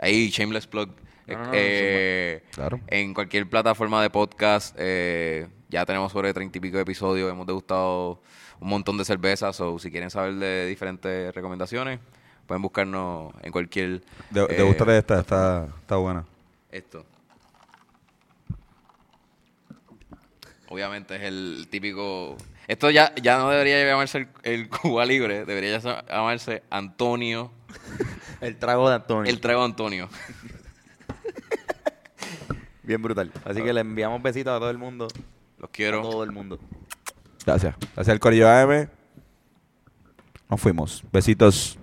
S2: Ahí, Shameless Plug.
S6: No, no, no,
S2: Eh,
S3: Claro.
S2: En cualquier plataforma de podcast. eh, ya tenemos sobre treinta y pico de episodios. Hemos degustado un montón de cervezas. O si quieren saber de diferentes recomendaciones, pueden buscarnos en cualquier...
S3: De,
S2: eh,
S3: te gusta esta, está, está buena.
S2: esto. Obviamente es el típico. Esto ya, ya no debería llamarse el, el Cuba Libre, debería ya llamarse Antonio,
S6: El trago de Antonio.
S2: el trago Antonio.
S6: Bien brutal. Así que le enviamos besitos a todo el mundo.
S2: Los
S6: A
S2: quiero.
S6: todo el mundo.
S3: Gracias. Gracias al Corillo AM. Nos fuimos. Besitos.